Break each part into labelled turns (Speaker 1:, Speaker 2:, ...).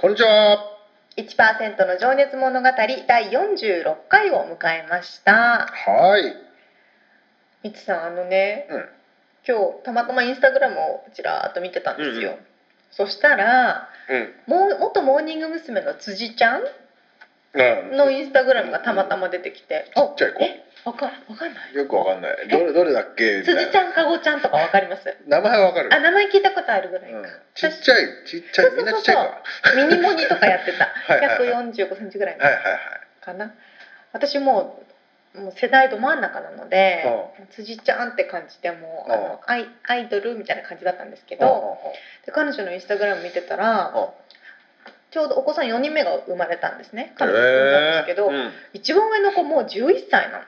Speaker 1: こんにちは。
Speaker 2: 1%の情熱物語第46回を迎えました
Speaker 1: はーい。
Speaker 2: みちさんあのね
Speaker 1: うん。
Speaker 2: 今日たまたまインスタグラムをちらーっと見てたんですよ、
Speaker 1: うんう
Speaker 2: そしたら
Speaker 1: うん。
Speaker 2: もう元モーニング娘。の辻ちゃん
Speaker 1: うん。
Speaker 2: のインスタグラムがたまたま出てきて、
Speaker 1: ちっちゃい子
Speaker 2: えわかわかんない
Speaker 1: よくわかんない。どれどれだっけみたいな
Speaker 2: 辻ちゃんかごちゃんとかわかります
Speaker 1: 名前わかる。
Speaker 2: あ名前聞いたことあるぐらいか、
Speaker 1: うん。ちっちゃいちっちゃい
Speaker 2: そうそうそうそう
Speaker 1: みんなちっちゃいから。
Speaker 2: ミニモニとかやってた
Speaker 1: はいはいはい。はい
Speaker 2: 1 4 5ンチぐらいの
Speaker 1: はい
Speaker 2: かな私もうもう世代ど真ん中なので
Speaker 1: う
Speaker 2: 辻ちゃんって感じでもうあのアイアイドルみたいな感じだったんですけ
Speaker 1: はい。
Speaker 2: どで彼女のインスタグラム見てたらちょうどお子さん4人目が生まれたんですね彼女が産んだんですけど、
Speaker 1: うんうん。
Speaker 2: 一番上の子もう11歳なの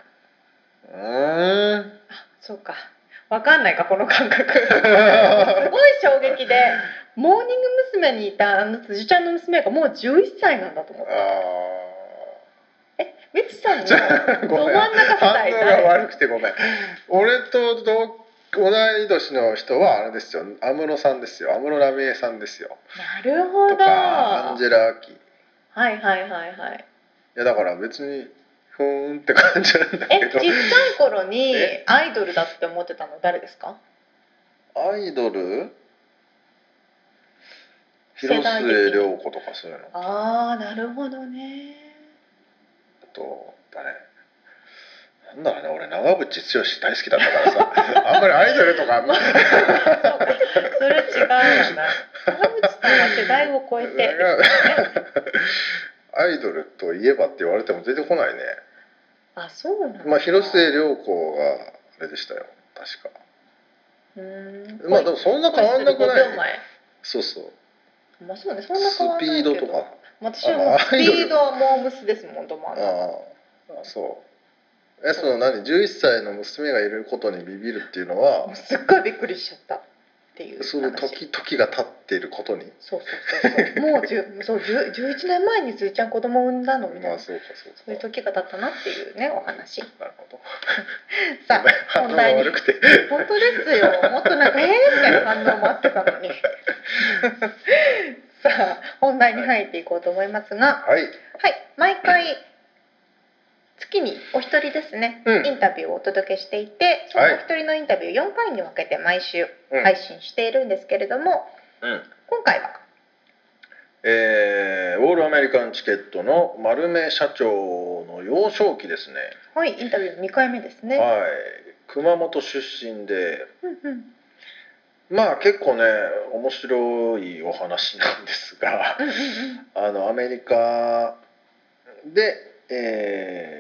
Speaker 1: うーん。
Speaker 2: そうかわかんないかこの感 覚すごい衝撃でモーニング娘。にいたあの辻ちゃんの娘がもう11歳なんだと思って
Speaker 1: あ
Speaker 2: みち さんのど
Speaker 1: ーご
Speaker 2: 真
Speaker 1: め
Speaker 2: ん
Speaker 1: ん。
Speaker 2: 中世
Speaker 1: 反
Speaker 2: 代
Speaker 1: 応が
Speaker 2: 誰
Speaker 1: 悪くてごめん。俺と同同い年の人はあれですよ。安室さんですよ。安室奈美恵さんですよ。
Speaker 2: なるほ
Speaker 1: と
Speaker 2: ど
Speaker 1: かアンジェラアキ。い
Speaker 2: はいはいはいはい。
Speaker 1: やだから別にふーんって感じなんだ
Speaker 2: え、
Speaker 1: け
Speaker 2: ちっち
Speaker 1: ど
Speaker 2: ゃ。い頃に
Speaker 1: え
Speaker 2: アイドルだって思ってたの誰ですか？
Speaker 1: アイドル
Speaker 2: 世
Speaker 1: 広
Speaker 2: 代的に
Speaker 1: 末涼子とかそういうのあ
Speaker 2: ああ、なるほどね。
Speaker 1: と誰なんだろうね俺長渕剛大好きだったからさあんまりアイドルとか
Speaker 2: まあ、そうかそれ違うわな。川口さんは世代を超えてですよね。
Speaker 1: アイドルといえばって言われても出てこないね
Speaker 2: あ、そうなんだ。
Speaker 1: まあ広末涼子があれでしたよ確
Speaker 2: うー
Speaker 1: か
Speaker 2: ん。
Speaker 1: まあでもそんな変わんなくない
Speaker 2: 5秒前
Speaker 1: そうそう
Speaker 2: まあそうね、そんな
Speaker 1: ス
Speaker 2: 変わんない
Speaker 1: ピ
Speaker 2: けど。
Speaker 1: ードとか
Speaker 2: 私はもうス
Speaker 1: あアイドル
Speaker 2: ピードはモームスですもん、ど真ん中。
Speaker 1: ああそうえその何11歳の娘がいることにビビるっていうのは
Speaker 2: もうすっごいびっくりしちゃったっていう話。
Speaker 1: その時時が経っていることに
Speaker 2: そうそうそうそう。もうじゅそう十十一年前にすずちゃん子供を産んだのみたい
Speaker 1: まあ
Speaker 2: な。そ
Speaker 1: そうかそうか
Speaker 2: ういう時が経ったなっていうねお 話。
Speaker 1: なるほど
Speaker 2: さあ
Speaker 1: 反応
Speaker 2: 本
Speaker 1: が
Speaker 2: 題に。
Speaker 1: 悪くて
Speaker 2: 本当ですよ。もっとなんかええみたいな反応もあってたのに。 さあ本題に入っていこうと思いますが、
Speaker 1: はい
Speaker 2: はい毎回月にお一人ですね、
Speaker 1: うん
Speaker 2: インタビューをお届けしていて、そのお一人のインタビュー四回に分けて毎週
Speaker 1: うん
Speaker 2: 配信しているんですけれども、
Speaker 1: うん
Speaker 2: 今回は
Speaker 1: えーウォールアメリカンチケットの丸目社長の幼少期ですね
Speaker 2: はいインタビューの二回目ですね。
Speaker 1: はい熊本出身で
Speaker 2: うんうん。
Speaker 1: まあ結構ね面白いお話なんですが
Speaker 2: うんうんうん
Speaker 1: あのアメリカで、えー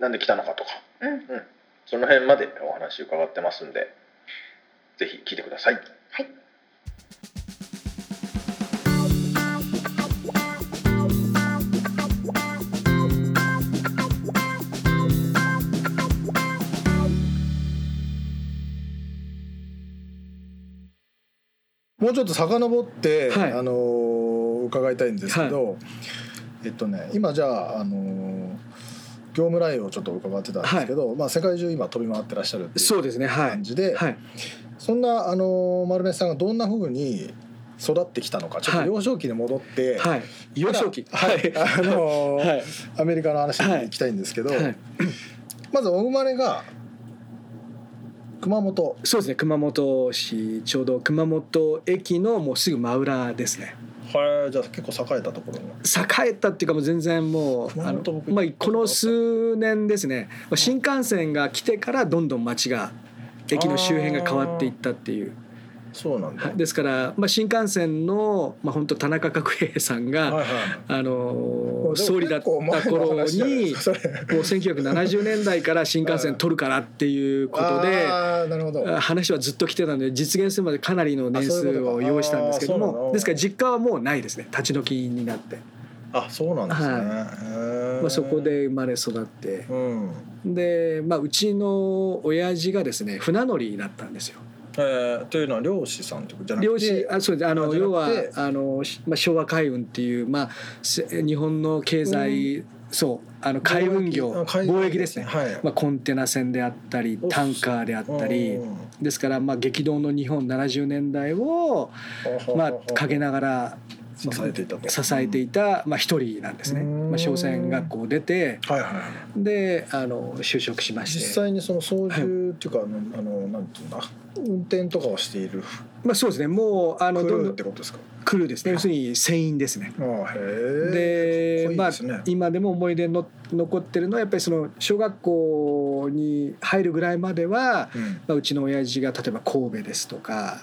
Speaker 1: なんで来たのかとか
Speaker 2: うん、
Speaker 1: その辺までお話伺ってますんでぜひ聞いてください
Speaker 2: はい。
Speaker 3: もうちょっと遡って、
Speaker 4: はい
Speaker 3: あのー伺いたいんですけど、えっとね今じゃあ、あのー業務内容をちょっと伺ってたんですけど、まあ、世界中今飛び回ってらっしゃるってい
Speaker 4: そううですね、は
Speaker 3: 感
Speaker 4: い。
Speaker 3: じでそ
Speaker 4: はい、
Speaker 3: んな、あのー丸目さんがどんなふうに育ってきたのかちょっと
Speaker 4: はい
Speaker 3: 幼少期に戻って、
Speaker 4: はい、幼少期。
Speaker 3: はいあのー
Speaker 4: はい、
Speaker 3: アメリカの話に行きたいんですけど、
Speaker 4: はい、
Speaker 3: まずお生まれが熊本
Speaker 4: そうですね、熊本市、ちょうど熊本駅のもうすぐ真裏ですね。
Speaker 3: はい、じゃあ結構栄えたところに。
Speaker 4: 栄えたっていうかもう全然もうあの、まあ、この数年ですね新幹線が来てからどんどん街が駅の周辺が変わっていったっていう。
Speaker 3: そうなんだ
Speaker 4: ですから、まあ、新幹線の、まあ、本当田中角平さんが、はいはい、あの総理だった頃にもう1970年代から新幹線取るからっていうことで 話はずっと来てたので実現するまでかなりの年数を要したんですけどもですから実家はもうないですね立ち退きになって。
Speaker 3: あそうなんですね、
Speaker 4: はい、まあ、そこで生まれ育って、うん、で、まあ、うちの親父がですね船乗りだったんですよ。
Speaker 3: えー、というのは漁師さんとかじゃなくて
Speaker 4: 漁師あそうですあの要はあの、まあ、昭和海運っていう、まあ、日本の経済、うん、そうあの海運業貿易ですね、はい、まあ、コンテナ船であったりタンカーであったりですから、まあ、激動の日本70年代を、まあ、陰ながら
Speaker 3: 支えていた
Speaker 4: 支えていた、まあ、一人なんですね、まあ、商船学校出て、はいはい、であの就職しまして
Speaker 3: 実際にその操縦っていうか、はい、あのなんていうんだ運転とかをしている
Speaker 4: まあそうですねもうあの
Speaker 3: クルーってことですか
Speaker 4: クルーですね要するに船員ですね
Speaker 3: で、
Speaker 4: ね、まあ今でも思い出の残ってるのはやっぱりその小学校に入るぐらいまでは、うん、まあ、うちの親父が例えば神戸ですとか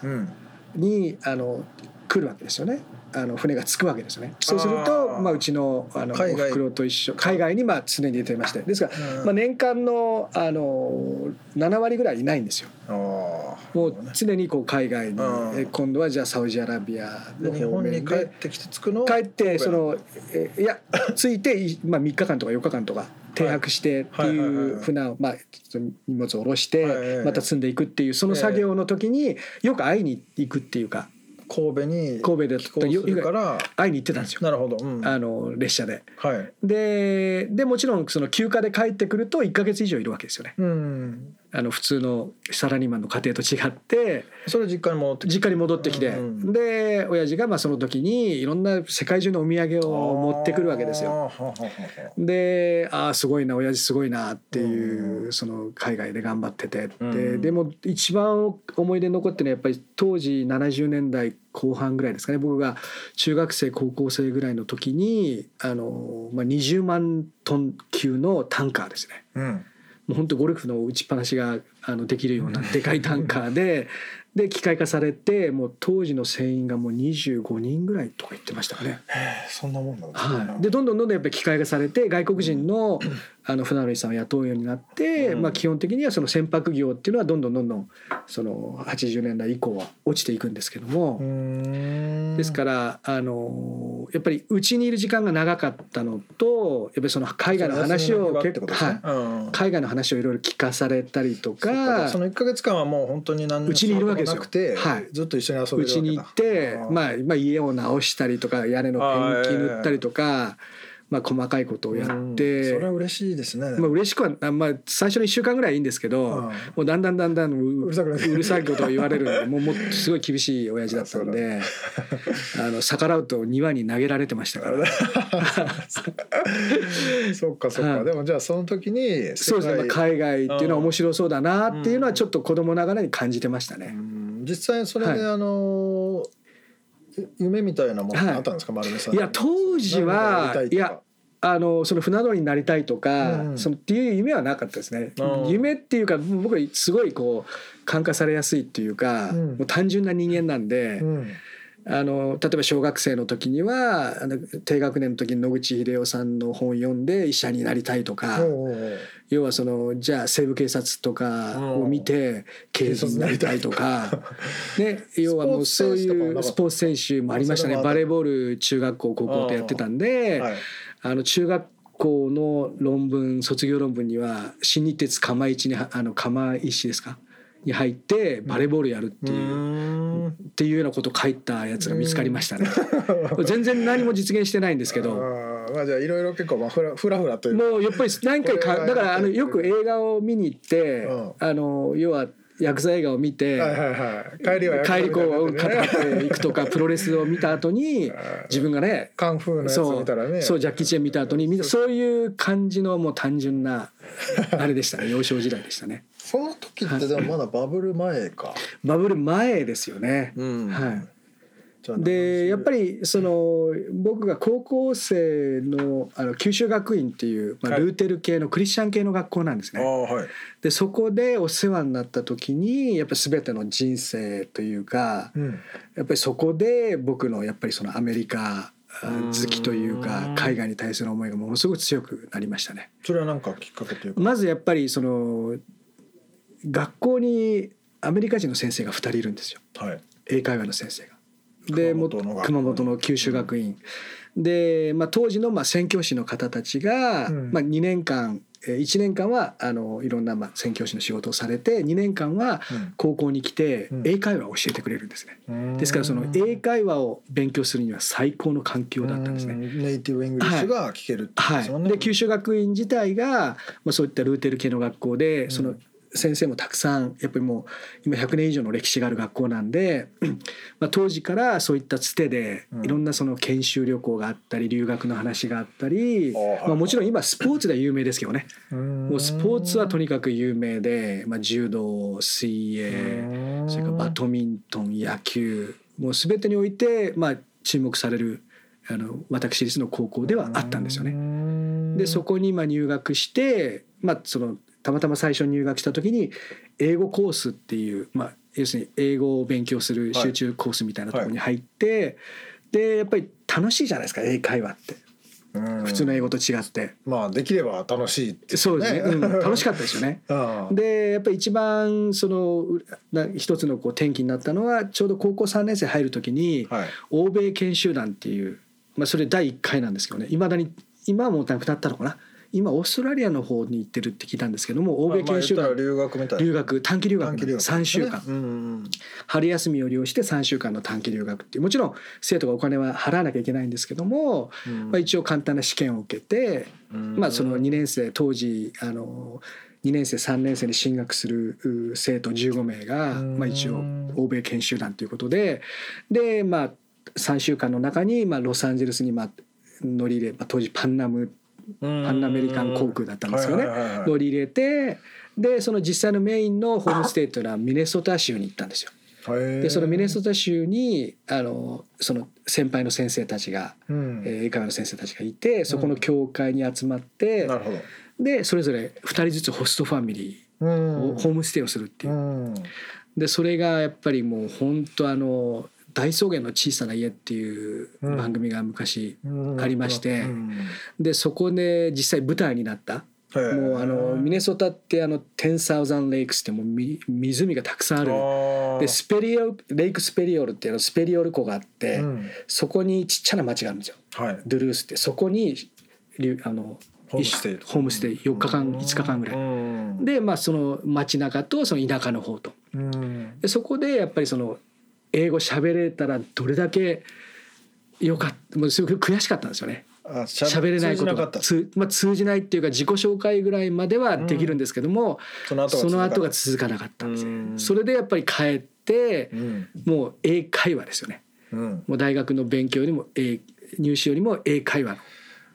Speaker 4: に、うん、あの来るわけですよねあの船が着くわけですねそうするとまあ、うちのあのおふくろと一緒海外にまあ常に出てましてですから、まあ、年間のあの7割ぐらいいないんですよ。もう常にこう海外に今度はじゃあサウジアラビア
Speaker 3: の方面で帰ってきて着くの
Speaker 4: 帰ってそのいや着いて、まあ、3日間とか4日間とか停泊してっていう船を、まあ、荷物を下ろしてまた積んでいくっていうその作業の時によく会いに行くっていうか。
Speaker 3: 神戸に
Speaker 4: 神戸で会いに行ってたんですよ、
Speaker 3: なるほど、うん
Speaker 4: あの列車で、
Speaker 3: はい、
Speaker 4: ででもちろんその休暇で帰ってくると1か月以上いるわけですよね、
Speaker 3: うん、
Speaker 4: あの普通のサラリーマンの家庭と違って
Speaker 3: それ実家に戻って
Speaker 4: 実家に戻ってきて、うんうん、で親父がまがその時にいろんな世界中のお土産を持ってくるわけですよでああすごいな親父すごいなっていう、うん、その海外で頑張っててって、うん、でも一番思い出残ってるのはやっぱり当時70年代後半ぐらいですかね僕が中学生高校生ぐらいの時にあの、まあ、20万トン級のタンカーですね。
Speaker 3: うん
Speaker 4: もう本当ゴルフの打ちっぱなしがあのできるよう なでかいタンカーでで機械化されてもう当時の船員がもう25人ぐらいとか言ってましたかね。
Speaker 3: そんなもんなん
Speaker 4: ですね、はい、でどんどんどんどんやっぱり機械化されて外国人のあの船乗りさんを雇うようになって、うん、まあ、基本的にはその船舶業っていうのはどんどんどんどんその80年代以降は落ちていくんですけどもですからあのやっぱりうちにいる時間が長かったのとやっぱりその海外の話を結構、ね、はい、海外の話をいろいろ聞かされたりとか
Speaker 3: その1か月間はもう本当に何
Speaker 4: うちにいるわけですよ。
Speaker 3: はい、ずっと一緒に遊
Speaker 4: べうちに行って、まあ、まあ家を直したりとか屋根のペンキ塗ったりとか。まあ、細かいことをやって、
Speaker 3: それは嬉しいですね、
Speaker 4: まあ、嬉しくは、まあ、最初の1週間ぐらいいいんですけど、もうだんだんだんだんう
Speaker 3: るさく
Speaker 4: うるさいことを言われるんでもうもうすごい厳しい親父だったんであの逆らうと庭に投げられてました から
Speaker 3: そっかそっか、でもじゃあその時に
Speaker 4: そうですね、海外っていうのは面白そうだなっていうのはちょっと子供ながらに感じてましたね。
Speaker 3: 実際それで、あの夢みたいなものあったんですか、はい、さん
Speaker 4: いや当時はいやあのその船乗りになりたいとか、うん、そのっていう夢はなかったですね、うん、夢っていうか僕はすごいこう感化されやすいっていうか、うん、もう単純な人間なんで、あの例えば小学生の時にはあの低学年の時に野口英世さんの本読んで医者になりたいとか。要はそのじゃあ西部警察とかを見て警察になりたいと か、ね、要はもうそういうスポーツ選手もありましたねバレーボール中学校高校とやってたんで、あの中学校の論文卒業論文には新日鉄釜石にあの釜石ですかに入ってバレーボールやるっていう、っていうようなこと書いたやつが見つかりましたね。全然何も実現してないんですけど。
Speaker 3: まあじゃいろいろ結構まあふらふらふらという
Speaker 4: もうやっぱり何回かだからあのよく映画を見に行って、うん、あの要は薬剤映画を見て、
Speaker 3: はいはいはい、帰りは
Speaker 4: 帰りこう肩 っていくとかプロレスを見た後に自分がね
Speaker 3: カンフーのやつ見たらね
Speaker 4: そうジャッキー・チェン見た後にみんなそういう感じのもう単純なあれでしたね幼少時代でしたね。
Speaker 3: その時ってでもまだバブル前か。
Speaker 4: バブル前ですよね。
Speaker 3: うん、
Speaker 4: はいでやっぱりその僕が高校生のあの九州学院っていう、まあ、
Speaker 3: はい
Speaker 4: ルーテル系のクリスチャン系の学校なんです
Speaker 3: あ
Speaker 4: ね。
Speaker 3: あはい
Speaker 4: でそこでお世話になった時にやっぱ全ての人生というか
Speaker 3: うん
Speaker 4: やっぱりそこで僕のやっぱりそのアメリカあ好きという
Speaker 3: う
Speaker 4: か
Speaker 3: ん
Speaker 4: 海外に対する思いがものすごく強くなりましたね。
Speaker 3: それはなんかきっかけというか
Speaker 4: まずやっぱりその学校にアメリカ人の先生が2人いるんですよ
Speaker 3: はい
Speaker 4: 英会話の先生が。
Speaker 3: 熊
Speaker 4: でも
Speaker 3: 本の学校に
Speaker 4: 熊本の九州学院、で、まあ、当時のまあ宣教師の方たちが、
Speaker 3: うん
Speaker 4: まあ、2年間えー1年間はあのいろんなまあ宣教師の仕事をされて2年間は高校に来て
Speaker 3: うん
Speaker 4: 英会話を教えてくれるんですね。
Speaker 3: うん
Speaker 4: ですからその英会話を勉強するには最高の環境だったんですね。
Speaker 3: うんネイティブイングリッシュが聞けるってこと
Speaker 4: は
Speaker 3: ですもん
Speaker 4: い、
Speaker 3: ね
Speaker 4: で九州学院自体が、まあ、そういったルーテル系の学校で、
Speaker 3: ん
Speaker 4: その先生もたくさんやっぱりもう今100年以上の歴史がある学校なんで、 まあ、当時からそういったつてで
Speaker 3: うん
Speaker 4: いろんなその研修旅行があったり留学の話があったり、
Speaker 3: あーはい
Speaker 4: まあ、もちろん今スポーツでは有名ですけどね
Speaker 3: うん
Speaker 4: もうスポーツはとにかく有名で、まあ、柔道水泳
Speaker 3: うん
Speaker 4: それからバドミントン野球もう全てにおいてまあ注目されるあの私立の高校ではあったんですよね
Speaker 3: う。ん
Speaker 4: でそこにまあ入学して、まあ、そのたまたま最初に入学した時に英語コースっていう、まあ、要するに英語を勉強する集中コースみたいなところに入って、でやっぱり楽しいじゃないですか英会話って
Speaker 3: うん
Speaker 4: 普通の英語と違って、
Speaker 3: まあできれば楽しいってい
Speaker 4: そうですね、うん、楽しかったですよ ね。
Speaker 3: ああ
Speaker 4: でやっぱり一番そのうな一つのこう転機になったのはちょうど高校3年生入る時に、
Speaker 3: はい
Speaker 4: 欧米研修団っていう、まあ、それ第1回なんですけどねいまだに今はもうなくなったのかな今オーストラリアの方に行ってるって聞いたんですけども欧米研修
Speaker 3: まあ言ったら
Speaker 4: 団
Speaker 3: 留学みたいな
Speaker 4: 留学短期留学
Speaker 3: 短期留学
Speaker 4: 3週間
Speaker 3: うんうんうん
Speaker 4: 春休みを利用して3週間の短期留学っていうもちろん生徒がお金は払わなきゃいけないんですけども、
Speaker 3: うん
Speaker 4: まあ、一応簡単な試験を受けて、
Speaker 3: うん
Speaker 4: まあ、その2年生当時あの2年生3年生に進学するう生徒15名が、
Speaker 3: うん
Speaker 4: まあ、一応欧米研修団ということでで、まあ、3週間の中に、まあ、ロサンゼルスに、まあ、乗り入れ、まあ、当時パンナムパンアメリカン航空だったんですよ
Speaker 3: は
Speaker 4: ね
Speaker 3: いはいはいはい
Speaker 4: 乗り入れてでその実際のメインのホームステイというのはミネソタ州に行ったんですよ。
Speaker 3: へえ
Speaker 4: でそのミネソタ州にあのその先輩の先生たちが、
Speaker 3: うん
Speaker 4: えー英会話の先生たちがいてそこの教会に集まって、
Speaker 3: なるほど
Speaker 4: でそれぞれ2人ずつホストファミリ
Speaker 3: う
Speaker 4: ー
Speaker 3: ん
Speaker 4: をホームステイをするっていうう、
Speaker 3: ん
Speaker 4: でそれがやっぱりもう本当あの大草原の小さな家っていう番組が昔、
Speaker 3: うん
Speaker 4: ありまして
Speaker 3: うん
Speaker 4: でそこで実際舞台になった、
Speaker 3: へえ
Speaker 4: もうあのミネソタってあの10,000 lakes ってもうみ湖がたくさんある
Speaker 3: あー
Speaker 4: でスペリオレイクスペリオルっていうのスペリオル湖があって、
Speaker 3: うん
Speaker 4: そこにちっちゃな町があるんですよ
Speaker 3: はい
Speaker 4: ドゥルースってそこにりゅあの
Speaker 3: ホームステイ
Speaker 4: ホームステイ4日間5日間ぐらい。
Speaker 3: い
Speaker 4: で、まあ、その街中とその田舎の方と
Speaker 3: うん
Speaker 4: でそこでやっぱりその英語喋れたらどれだけよかったもうすごく悔しかったんですよね
Speaker 3: あしゃ
Speaker 4: 喋れないこ
Speaker 3: 通じ
Speaker 4: と
Speaker 3: なか
Speaker 4: が
Speaker 3: った
Speaker 4: 通,、まあ、通じないっていうか自己紹介ぐらいまではできるんですけども、
Speaker 3: その後が
Speaker 4: その後が続かなかったんですよ、
Speaker 3: うん
Speaker 4: それでやっぱり帰って
Speaker 3: うん
Speaker 4: もう英会話ですよね
Speaker 3: うん
Speaker 4: もう大学の勉強よりも英入試よりも英会話